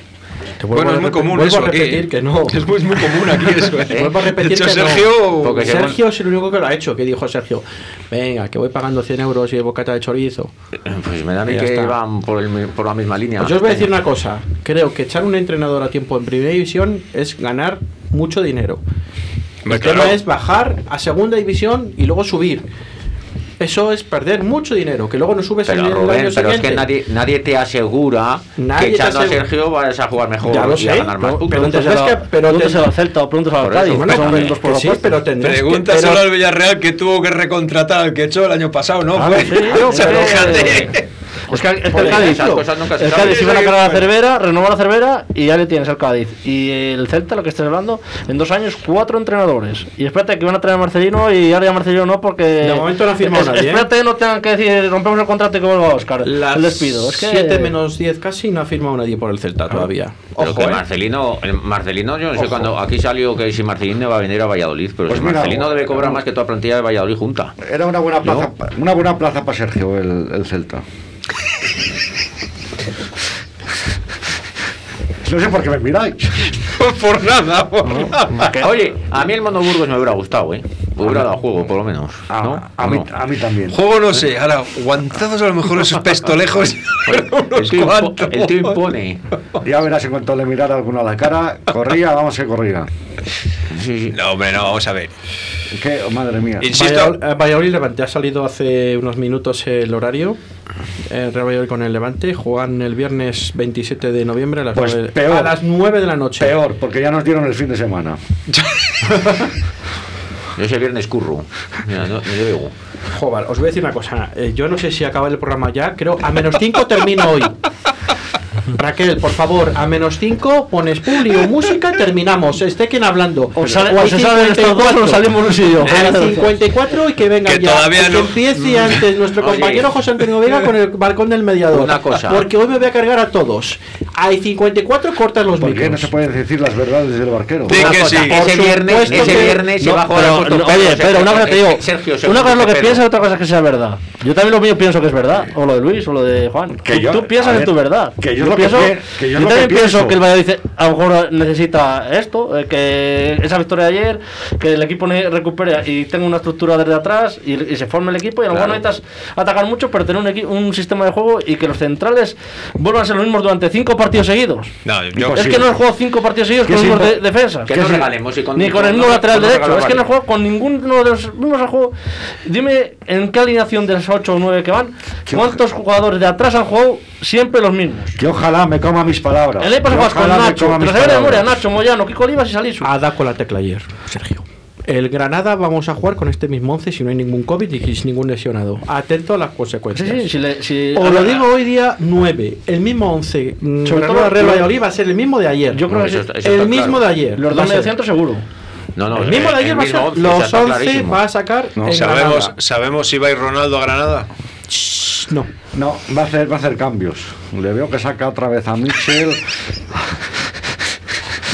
Speaker 4: Bueno, a es muy repetir- común vuelvo a eso aquí. repetir que no.
Speaker 5: *laughs* Es muy, muy
Speaker 4: *laughs*
Speaker 5: común aquí eso. ¿eh?
Speaker 4: Vuelvo a repetir
Speaker 5: De hecho,
Speaker 4: que no.
Speaker 5: Sergio. eh,
Speaker 4: Porque Sergio es el único que lo ha hecho, que dijo Sergio, venga, que voy pagando 100 euros y de bocata de chorizo.
Speaker 8: Pues me da a mí
Speaker 4: Ya
Speaker 8: que
Speaker 4: está.
Speaker 8: iban por, el mi- por la misma línea.
Speaker 4: Pues yo os voy a decir una cosa, creo que echar un entrenador a tiempo en primera división es ganar mucho dinero.
Speaker 8: Hombre,
Speaker 4: el tema
Speaker 8: claro.
Speaker 4: es bajar a segunda división y luego subir. Eso es perder mucho dinero, que luego no subes
Speaker 8: Pero
Speaker 4: en el
Speaker 8: Rubén,
Speaker 4: año
Speaker 8: pero es
Speaker 4: siguiente.
Speaker 8: que nadie, nadie te asegura
Speaker 4: Nadie te
Speaker 8: que echando
Speaker 4: asegura.
Speaker 8: a Sergio vas a jugar mejor
Speaker 4: Ya lo
Speaker 8: y a
Speaker 4: sé,
Speaker 8: ganar más
Speaker 4: no,
Speaker 8: puntos.
Speaker 4: pero entonces es que- pero
Speaker 7: Pregúntaselo
Speaker 4: te-
Speaker 7: al Celta o pregúntaselo al
Speaker 4: Por eso,
Speaker 7: Cádiz.
Speaker 4: bueno,
Speaker 7: que son
Speaker 4: también,
Speaker 7: dos
Speaker 4: que
Speaker 7: por
Speaker 4: sí,
Speaker 7: opuestos.
Speaker 4: pero tendrás que-
Speaker 5: Pregúntaselo
Speaker 4: pero-
Speaker 5: al Villarreal que tuvo que recontratar al que echó el año pasado, ¿no?
Speaker 7: Claro, *laughs*
Speaker 5: Pues,
Speaker 7: sí, claro,
Speaker 5: *laughs* o sea,
Speaker 7: pero-
Speaker 5: fíjate.
Speaker 7: Es que, es que
Speaker 5: Joder,
Speaker 7: el Cádiz,
Speaker 5: esas
Speaker 7: tío,
Speaker 5: cosas nunca se
Speaker 7: el
Speaker 5: saben.
Speaker 7: Cádiz iba a cargar a Cervera, renovó la Cervera y ya le tienes al Cádiz. Y el Celta, lo que estás hablando, en dos años, cuatro entrenadores. Y espérate que van a traer a Marcelino y ahora ya Marcelino no porque...
Speaker 4: De momento no ha firmado nadie, ¿eh?
Speaker 7: Espérate no tengan que decir, rompemos el contrato y que vuelva Oscar.
Speaker 4: Las
Speaker 7: el despido. Es que...
Speaker 4: 7 menos 10 casi no ha firmado nadie por el Celta todavía.
Speaker 8: Pero
Speaker 4: Ojo,
Speaker 8: que
Speaker 4: ¿eh?
Speaker 8: Marcelino, el Marcelino, yo no sé
Speaker 4: Ojo.
Speaker 8: cuando aquí salió que si Marcelino va a venir a Valladolid, pero
Speaker 6: Pues
Speaker 8: si
Speaker 6: mira,
Speaker 8: Marcelino debe cobrar más que toda plantilla de Valladolid junta.
Speaker 6: Era una buena plaza, pa- una buena plaza para Sergio, el, el *laughs* Celta. no sé por qué me miráis.
Speaker 5: pues, por nada, por nada.
Speaker 8: Oye, a mí el Mono Burgos me hubiera gustado, ¿eh? Me hubiera dado juego, por lo menos.
Speaker 4: Ah,
Speaker 8: ¿no? ¿O no?
Speaker 6: A mí también.
Speaker 5: Juego no sé, ahora guantazos a lo mejor esos pestolejos. *laughs*
Speaker 8: El tío, impo- el tío impone.
Speaker 6: Ya verás en cuanto le mirara alguno a la cara, corría, vamos que corría.
Speaker 5: No, hombre, no, vamos a ver.
Speaker 6: Que, oh, madre mía.
Speaker 4: Vallado- eh, Valladolid Levante ha salido hace unos minutos el horario. El Real Valladolid con el Levante juegan el viernes 27 de noviembre a las,
Speaker 6: Pues
Speaker 4: 9,
Speaker 6: peor.
Speaker 4: a las 9 de la noche.
Speaker 6: Peor, porque ya nos dieron el fin de semana.
Speaker 8: Yo ese viernes curro. Mira, no, no llevo.
Speaker 4: Joder, os voy a decir una cosa. eh, yo no sé si acaba el programa ya. Creo a menos 5 termino hoy. Raquel, por favor, a menos 5 pones publio, música, terminamos. Esté quien hablando.
Speaker 7: O sale-
Speaker 4: hay
Speaker 7: o se salen estos dos,
Speaker 4: 54.
Speaker 7: o salimos Luis y yo. Mm.
Speaker 4: Hay 54 y que venga
Speaker 7: Que
Speaker 4: ya.
Speaker 7: todavía
Speaker 4: y que
Speaker 7: no.
Speaker 4: empiece antes nuestro
Speaker 7: Oye.
Speaker 4: compañero José Antonio Vega con el balcón del mediador.
Speaker 7: Una cosa.
Speaker 4: Porque hoy me voy a cargar a todos. Hay 54, cortas los
Speaker 6: ¿Por qué no
Speaker 4: micros.
Speaker 6: se pueden decir las verdades del barquero?
Speaker 4: Di que sí. Por Ese viernes- supuesto ese que- viernes se
Speaker 7: Pues No,
Speaker 4: va a jugar
Speaker 7: pero,
Speaker 4: al Puerto
Speaker 7: no,
Speaker 4: Pedro,
Speaker 7: oye,
Speaker 4: Sergio,
Speaker 7: pero una cosa te digo,
Speaker 4: eh, Sergio, Sergio,
Speaker 7: una cosa es lo que
Speaker 4: Pedro.
Speaker 7: piensas, otra cosa es que sea verdad. Yo también lo mío pienso que es verdad, o lo de Luis, o lo de Juan.
Speaker 6: Que
Speaker 7: tú,
Speaker 6: yo-
Speaker 7: tú piensas
Speaker 6: a
Speaker 7: en
Speaker 6: ver,
Speaker 7: tu verdad.
Speaker 6: que yo es lo que
Speaker 7: pienso,
Speaker 6: pien- que yo es lo que
Speaker 7: también
Speaker 6: pienso.
Speaker 7: pienso que el Valladolid dice, a lo mejor necesita esto, eh, que esa victoria de ayer, que el equipo ne- recupere y tenga una estructura desde atrás y, y se forme el equipo y a lo mejor
Speaker 8: Claro.
Speaker 7: necesitas atacar mucho, pero tener un, equi- un sistema de juego y que los centrales vuelvan a ser los mismos durante cinco partidos seguidos.
Speaker 5: No,
Speaker 6: Pues
Speaker 7: Es que no he jugado cinco partidos seguidos
Speaker 5: Que
Speaker 7: con los
Speaker 5: es
Speaker 7: mismos de
Speaker 5: impo-
Speaker 7: defensas.
Speaker 5: que no regalemos y con-
Speaker 7: Ni con el
Speaker 5: no-
Speaker 7: mismo
Speaker 5: no-
Speaker 7: lateral
Speaker 5: no
Speaker 7: derecho.
Speaker 5: regalamos
Speaker 7: Es que no he
Speaker 5: varios.
Speaker 7: jugado con ninguno de los mismos. ha jugado. Dime en qué alineación de las 8 o 9 que van, cuántos jugadores de atrás han jugado siempre los mismos.
Speaker 6: Que ojalá me coma mis palabras.
Speaker 7: El año pasado
Speaker 6: Que
Speaker 7: juegas con
Speaker 6: ojalá me
Speaker 7: Nacho,
Speaker 6: coma
Speaker 7: te lo
Speaker 6: mis
Speaker 7: sabes de memoria,
Speaker 6: palabras.
Speaker 7: Nacho, Moyano, Kiko Olivas y Salisu.
Speaker 4: Ha dado con la tecla ayer, Sergio. El Granada vamos a jugar con este mismo 11 si no hay ningún COVID ni ningún lesionado. Atento a las consecuencias.
Speaker 7: Sí, sí, si le- si-
Speaker 4: Os lo digo hoy día 9. El mismo 11. mm,
Speaker 7: Sobre
Speaker 4: Granada,
Speaker 7: todo-
Speaker 4: Real Valladolid va a ser el mismo de ayer.
Speaker 7: Yo creo
Speaker 8: No, que eso sí. está- eso
Speaker 4: el
Speaker 8: está
Speaker 4: mismo
Speaker 8: claro.
Speaker 4: de ayer.
Speaker 8: Los dos
Speaker 4: Va a ser.
Speaker 8: mediocentros
Speaker 7: seguro.
Speaker 8: No, no,
Speaker 4: El mismo de ayer va a ser.
Speaker 8: mismo once,
Speaker 4: Los
Speaker 8: está
Speaker 4: 11
Speaker 8: clarísimo.
Speaker 4: va a sacar. en
Speaker 5: ¿Sabemos,
Speaker 4: Granada.
Speaker 5: ¿Sabemos si va a ir Ronaldo a Granada?
Speaker 4: No.
Speaker 6: No, va a hacer, va a hacer cambios. Le veo que saca otra vez a Mitchell.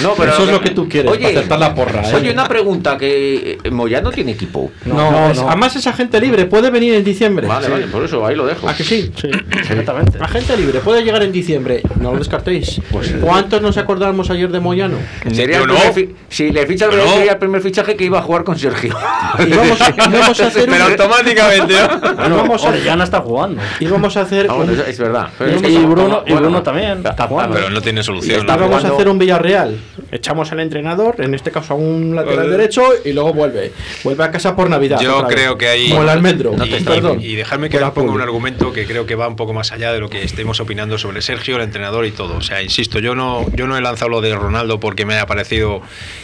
Speaker 8: No, pero
Speaker 4: Eso es lo que tú quieres,
Speaker 8: Oye,
Speaker 4: para acertar la porra, ¿eh?
Speaker 8: Oye, una pregunta, que eh, Moyano tiene equipo.
Speaker 4: No, es- Además, es agente libre. Puede venir en diciembre.
Speaker 8: Vale,
Speaker 4: Sí.
Speaker 8: vale, por eso ahí lo dejo.
Speaker 4: ¿A que sí?
Speaker 7: Sí, exactamente.
Speaker 4: Agente libre, puede llegar en diciembre. No lo descartéis.
Speaker 5: Pues
Speaker 4: ¿Cuántos nos acordamos ayer de Moyano?
Speaker 8: Sería el primer fi- si le ficha el Real, sería el primer fichaje que iba a jugar con Sergio.
Speaker 4: Y vamos a- vamos a hacer
Speaker 8: *laughs*
Speaker 4: un- Pero *laughs* automáticamente, ¿no?
Speaker 5: Ah,
Speaker 7: Bueno,
Speaker 4: Vamos a-
Speaker 7: Orellana está jugando.
Speaker 4: Y vamos a hacer.
Speaker 8: Ah, bueno, es- es verdad. Pero
Speaker 7: Y,
Speaker 8: es que
Speaker 7: y
Speaker 8: está-
Speaker 7: Bruno, y
Speaker 8: bueno,
Speaker 7: Bruno también está jugando.
Speaker 5: Pero no tiene solución.
Speaker 4: Ahora vamos a hacer un Villarreal. Echamos al entrenador, en este caso a un lateral
Speaker 5: Vale.
Speaker 4: derecho, y luego vuelve. Vuelve a casa por Navidad.
Speaker 5: Yo
Speaker 4: otra vez.
Speaker 5: creo que ahí.
Speaker 4: Como el almendro.
Speaker 5: Y,
Speaker 4: Perdón.
Speaker 5: y dejadme que les ponga un argumento que creo que va un poco más allá de lo que estemos opinando sobre Sergio, el entrenador y todo. O sea, insisto, yo no, yo no he lanzado lo de Ronaldo porque me haya parecido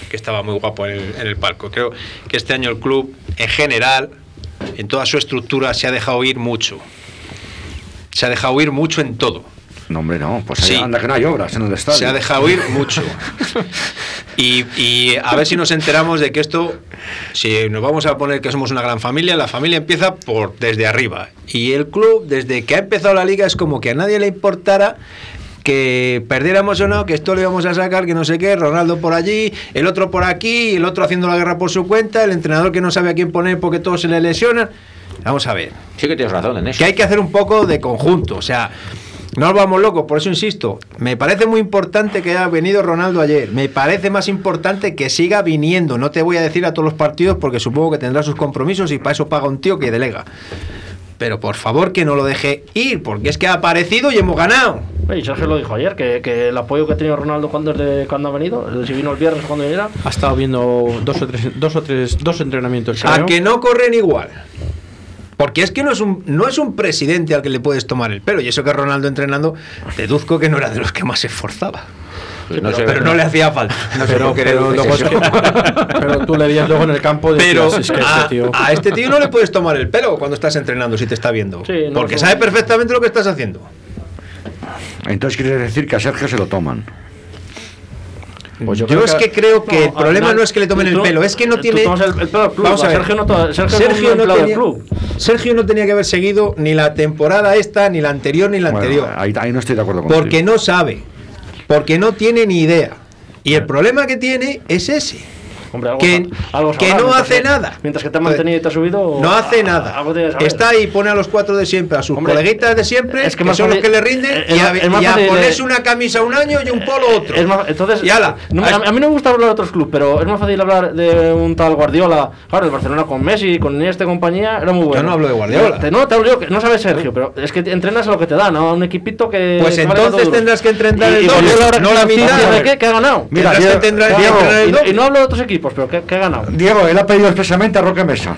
Speaker 5: que estaba muy guapo en el, en el palco. Creo que este año el club, en general, en toda su estructura, se ha dejado ir mucho. Se ha dejado ir mucho en todo.
Speaker 6: No, hombre, no. Pues
Speaker 5: Sí.
Speaker 6: anda que no hay obras en el estadio.
Speaker 5: Se ha dejado ir mucho. Y, y a ver si nos enteramos de que esto, si nos vamos a poner que somos una gran familia, la familia empieza por desde arriba. Y el club, desde que ha empezado la liga, es como que a nadie le importara que perdiéramos o no, que esto le íbamos a sacar, que no sé qué, Ronaldo por allí, el otro por aquí, el otro haciendo la guerra por su cuenta, el entrenador que no sabe a quién poner porque todos se le lesionan. Vamos a ver.
Speaker 8: Sí que tienes razón en eso.
Speaker 5: Que hay que hacer un poco de conjunto, o sea, no nos vamos locos, por eso insisto, me parece muy importante que haya venido Ronaldo ayer, me parece más importante que siga viniendo, no te voy a decir a todos los partidos porque supongo que tendrá sus compromisos y para eso paga un tío que delega. Pero por favor que no lo deje ir, porque es que ha aparecido y hemos ganado.
Speaker 7: Oye, Y Sergio lo dijo ayer, que, que el apoyo que ha tenido Ronaldo cuando, desde cuando ha venido, eh, si vino el viernes cuando viniera,
Speaker 4: Ha estado viendo dos o tres, dos o tres, dos entrenamientos.
Speaker 5: A
Speaker 4: creo.
Speaker 5: que no corren igual. Porque es que no es, un, no es un presidente al que le puedes tomar el pelo. Y eso que Ronaldo entrenando, deduzco que no era de los que más se esforzaba.
Speaker 8: Pues
Speaker 5: pero,
Speaker 8: no sé-
Speaker 5: pero no le hacía falta.
Speaker 8: No sé por qué deduzco
Speaker 5: luego es
Speaker 8: eso.
Speaker 5: que-
Speaker 4: Pero tú le veías luego en el campo de
Speaker 5: *laughs* Pero
Speaker 4: "Es que
Speaker 5: a,
Speaker 4: este tío".
Speaker 5: a este tío no le puedes tomar el pelo cuando estás entrenando, si te está viendo.
Speaker 7: Sí, no,
Speaker 5: porque
Speaker 7: no.
Speaker 5: sabe perfectamente lo que estás haciendo.
Speaker 6: Entonces quieres decir que a Sergio se lo toman.
Speaker 5: Pues yo es que creo que el
Speaker 7: al
Speaker 5: problema
Speaker 7: final,
Speaker 5: no es que le tomen
Speaker 7: tú-
Speaker 5: el pelo, es que no
Speaker 7: tú
Speaker 5: tiene.
Speaker 7: tomas el- el pelo al club,
Speaker 5: Vamos
Speaker 7: a
Speaker 5: a ver.
Speaker 7: Sergio no to- Sergio es un empleado del
Speaker 5: tenía,
Speaker 7: club.
Speaker 5: Sergio no tenía que haber seguido ni la temporada esta, ni la anterior, ni la
Speaker 6: Bueno,
Speaker 5: anterior.
Speaker 6: ahí, ahí no estoy de acuerdo contigo.
Speaker 5: Porque no sabe. Porque no tiene ni idea. Y
Speaker 4: Ah.
Speaker 5: el problema que tiene es ese.
Speaker 7: hombre, algo,
Speaker 5: Que-
Speaker 7: algo
Speaker 5: que
Speaker 7: sabrá,
Speaker 5: no
Speaker 7: mientras
Speaker 5: hace
Speaker 7: que-
Speaker 5: nada.
Speaker 7: Mientras que te ha mantenido y te ha subido.
Speaker 5: No hace
Speaker 7: a-
Speaker 5: nada.
Speaker 7: algo tienes que saber.
Speaker 5: Está ahí, pone a los cuatro de siempre, a sus
Speaker 7: Hombre,
Speaker 5: coleguitas de siempre,
Speaker 7: es que
Speaker 5: que,
Speaker 7: más
Speaker 5: son los
Speaker 7: fácil-
Speaker 5: que le rinden,
Speaker 7: es-
Speaker 5: y a,
Speaker 7: es más
Speaker 5: y a
Speaker 7: fácil de-
Speaker 5: ponerse una camisa un año y un polo otro.
Speaker 7: Es más- entonces,
Speaker 5: Y ala,
Speaker 7: no me- a, a mí no me gusta hablar de otros clubes, pero es más fácil hablar de un tal Guardiola. Claro, el Barcelona con Messi, con Iniesta y compañía, era muy bueno.
Speaker 5: no hablo de Guardiola.
Speaker 7: Te- no, te hablo yo, que no sabes Sergio, pero es que te entrenas a lo que te dan, a un equipito que.
Speaker 5: Pues
Speaker 7: que vale tanto
Speaker 5: entonces
Speaker 7: duros.
Speaker 5: tendrás que entrenar
Speaker 7: Y-
Speaker 5: el
Speaker 7: y
Speaker 5: doble,
Speaker 7: Guardiola ahora
Speaker 5: no
Speaker 7: que
Speaker 5: la
Speaker 7: es
Speaker 5: mitad.
Speaker 7: oficial de qué? ¿Qué ha ganado?
Speaker 6: Mira, Tendrás que Diego- tendrás que
Speaker 7: Claro,
Speaker 6: entrenar el
Speaker 7: y no-
Speaker 6: doble.
Speaker 7: y no hablo de otros equipos, pero ¿qué, qué ha ganado?
Speaker 6: Diego, él ha pedido expresamente a Roque Mesa.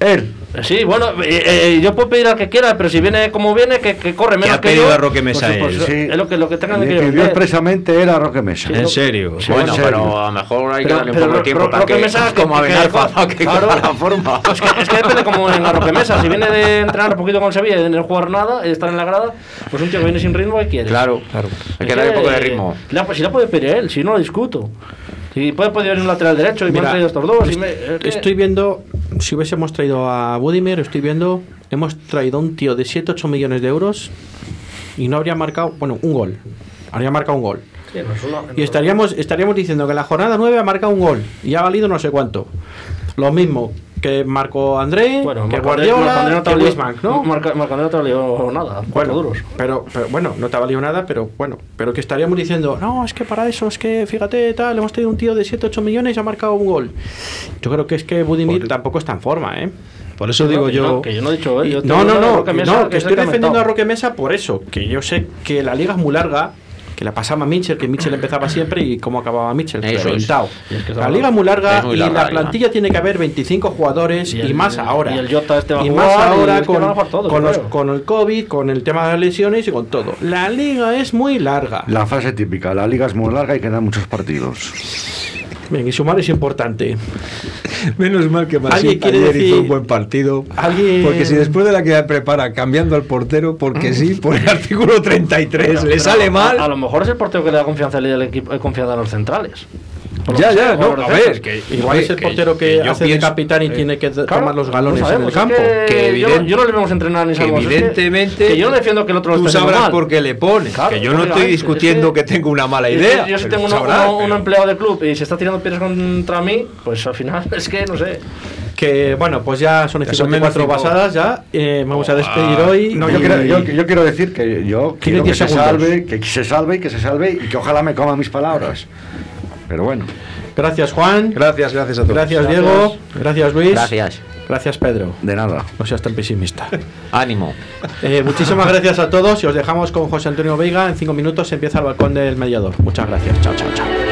Speaker 6: Él.
Speaker 7: Sí, bueno, eh, eh, yo puedo pedir al que quiera, pero si viene como viene, que, que corre menos
Speaker 5: ha
Speaker 7: que
Speaker 5: pedido
Speaker 7: yo.
Speaker 5: a Roque Mesa
Speaker 7: Pues, pues,
Speaker 5: él? Sí.
Speaker 7: Es lo que, lo que tengan
Speaker 6: Le
Speaker 7: que
Speaker 6: pidió
Speaker 7: vender.
Speaker 6: expresamente él a Roque Mesa.
Speaker 7: ¿En
Speaker 5: serio?
Speaker 6: Sí,
Speaker 8: Bueno,
Speaker 6: en serio.
Speaker 8: pero a lo mejor hay que
Speaker 7: Pero-
Speaker 8: darle un
Speaker 7: pero
Speaker 8: poco de
Speaker 7: Ro-
Speaker 8: tiempo
Speaker 7: Ro-
Speaker 8: para
Speaker 7: Roque
Speaker 8: que,
Speaker 7: Mesa, que-
Speaker 8: *laughs* como a
Speaker 7: que-
Speaker 8: Benalfa, que
Speaker 7: claro.
Speaker 8: coja la forma.
Speaker 7: Es que depende como en la Roque Mesa. Si viene de entrenar un poquito con Sevilla y de no jugar nada, y estar en la grada, pues un tío que viene sin ritmo, ¿qué quiere?
Speaker 8: Claro, claro. Hay que darle un poco de ritmo.
Speaker 7: La, pues si la puede pedir él, si no lo discuto. Si puede poder venir un lateral derecho y me han
Speaker 4: Mira,
Speaker 7: traído estos dos. y
Speaker 4: est-
Speaker 7: me- eh, es que-
Speaker 4: Estoy viendo, si hubiésemos traído a Budimir, estoy viendo, hemos traído un tío de 7-8 millones de euros y no habría marcado, bueno, un gol. Habría marcado un gol.
Speaker 7: Sí, no es una-
Speaker 4: Y estaríamos, estaríamos diciendo que en la jornada 9 ha marcado un gol y ha valido no sé cuánto. Lo mismo que Marco André, que
Speaker 7: Marco André- Marco
Speaker 4: Guardiola,
Speaker 7: André no te
Speaker 4: que
Speaker 7: valió-
Speaker 4: Griezmann, ¿no?
Speaker 7: Marco- Marco André no te valió nada, cuatro duros.
Speaker 4: Pero, pero bueno, no te ha valido nada, pero bueno, pero que estaríamos diciendo, no, es que para eso, es que fíjate, tal, hemos tenido un tío de 7, 8 millones y ha marcado un gol. Yo creo que es que Budimir tampoco está en forma, ¿eh? Por eso
Speaker 7: No,
Speaker 4: digo
Speaker 7: que
Speaker 4: yo.
Speaker 7: no, que yo no he dicho, ¿eh?
Speaker 4: Y-
Speaker 7: Yo estoy
Speaker 4: no, no,
Speaker 7: hablando de
Speaker 4: no,
Speaker 7: Roque
Speaker 4: que
Speaker 7: Mesa,
Speaker 4: no,
Speaker 7: que
Speaker 4: que
Speaker 7: es el
Speaker 4: estoy
Speaker 7: que ha
Speaker 4: defendiendo a
Speaker 7: inventado.
Speaker 4: Roque Mesa por eso, que yo sé que la liga es muy larga. Que la pasaba Mitchell, que Mitchell empezaba siempre y cómo acababa Mitchell.
Speaker 8: Eso es.
Speaker 4: reventado.
Speaker 8: Y es que
Speaker 4: la liga es muy larga
Speaker 8: es muy
Speaker 4: y
Speaker 8: larga
Speaker 4: la
Speaker 8: la liga.
Speaker 4: plantilla tiene que haber 25 jugadores y,
Speaker 7: el-
Speaker 4: más ahora.
Speaker 7: y el Jota este va a
Speaker 4: Y
Speaker 7: jugar,
Speaker 4: más
Speaker 7: y
Speaker 4: ahora
Speaker 7: es que
Speaker 4: con,
Speaker 7: van a jugar todos,
Speaker 4: con
Speaker 7: yo
Speaker 4: los-
Speaker 7: creo.
Speaker 4: con el COVID, con el tema de las lesiones y con todo. La liga es muy larga.
Speaker 6: La frase típica, la liga es muy larga y quedan muchos partidos.
Speaker 4: Bien, y sumar es importante.
Speaker 5: Menos mal que
Speaker 4: ¿Alguien
Speaker 5: Masip
Speaker 4: quiere
Speaker 5: ayer hizo
Speaker 4: decir-
Speaker 5: un buen partido.
Speaker 4: ¿Alguien-
Speaker 5: Porque si después de la que prepara, cambiando al portero, porque sí, por el artículo 33, le
Speaker 7: Pero
Speaker 5: sale
Speaker 7: a-
Speaker 5: mal.
Speaker 7: A, lo mejor es el portero que le da confianza al líder del equipo, eh, confianza a los centrales. Por lo
Speaker 5: Ya,
Speaker 7: que
Speaker 5: ya,
Speaker 7: sea,
Speaker 5: no,
Speaker 7: o los
Speaker 5: a
Speaker 7: defensas.
Speaker 5: ver, que-
Speaker 4: Igual es el
Speaker 5: que-
Speaker 4: portero que,
Speaker 5: que yo
Speaker 4: hace de
Speaker 5: pienso-
Speaker 4: capitán y
Speaker 5: eh,
Speaker 4: tiene que d-
Speaker 7: Claro,
Speaker 4: tomar los
Speaker 7: no
Speaker 4: galones en
Speaker 7: sabemos,
Speaker 4: el
Speaker 7: es
Speaker 4: campo.
Speaker 7: que yo,
Speaker 5: evidente-
Speaker 7: yo no le vemos entrenar ni
Speaker 5: que
Speaker 7: sabemos, es que-
Speaker 5: evidentemente
Speaker 7: que yo no defiendo que el otro lo
Speaker 5: Tú
Speaker 7: esté haciendo
Speaker 5: sabrás
Speaker 7: mal.
Speaker 5: por qué le pones.
Speaker 7: Claro,
Speaker 5: que yo no estoy
Speaker 7: obviamente, es
Speaker 5: discutiendo que tengo una mala idea.
Speaker 7: Yo, si
Speaker 5: pero
Speaker 7: tengo
Speaker 5: tú
Speaker 7: uno-
Speaker 5: sabrás,
Speaker 7: uno- un
Speaker 5: pero-
Speaker 7: empleado de club y se está tirando piedras contra mí, pues al final *laughs* es que no sé.
Speaker 4: Que bueno, pues ya son
Speaker 7: Ya son
Speaker 4: 54
Speaker 7: menos cinco.
Speaker 4: basadas ya. eh, vamos a despedir hoy.
Speaker 6: No, yo
Speaker 4: y-
Speaker 6: quiero, yo- yo quiero decir que yo quiero que
Speaker 4: 10
Speaker 6: se
Speaker 4: segundos.
Speaker 6: salve, que se salve y que se salve y que ojalá me coma mis palabras. Pero bueno.
Speaker 4: Gracias, Juan.
Speaker 5: Gracias, gracias a todos.
Speaker 4: Gracias, Diego. Gracias, Luis.
Speaker 8: Gracias.
Speaker 4: Gracias, Pedro.
Speaker 6: De nada.
Speaker 4: No seas tan pesimista.
Speaker 8: Ánimo.
Speaker 4: *laughs* Eh, muchísimas gracias a todos y os dejamos con José Antonio Veiga. En cinco minutos empieza el balcón del mediador. Muchas gracias. Chao, chao, chao.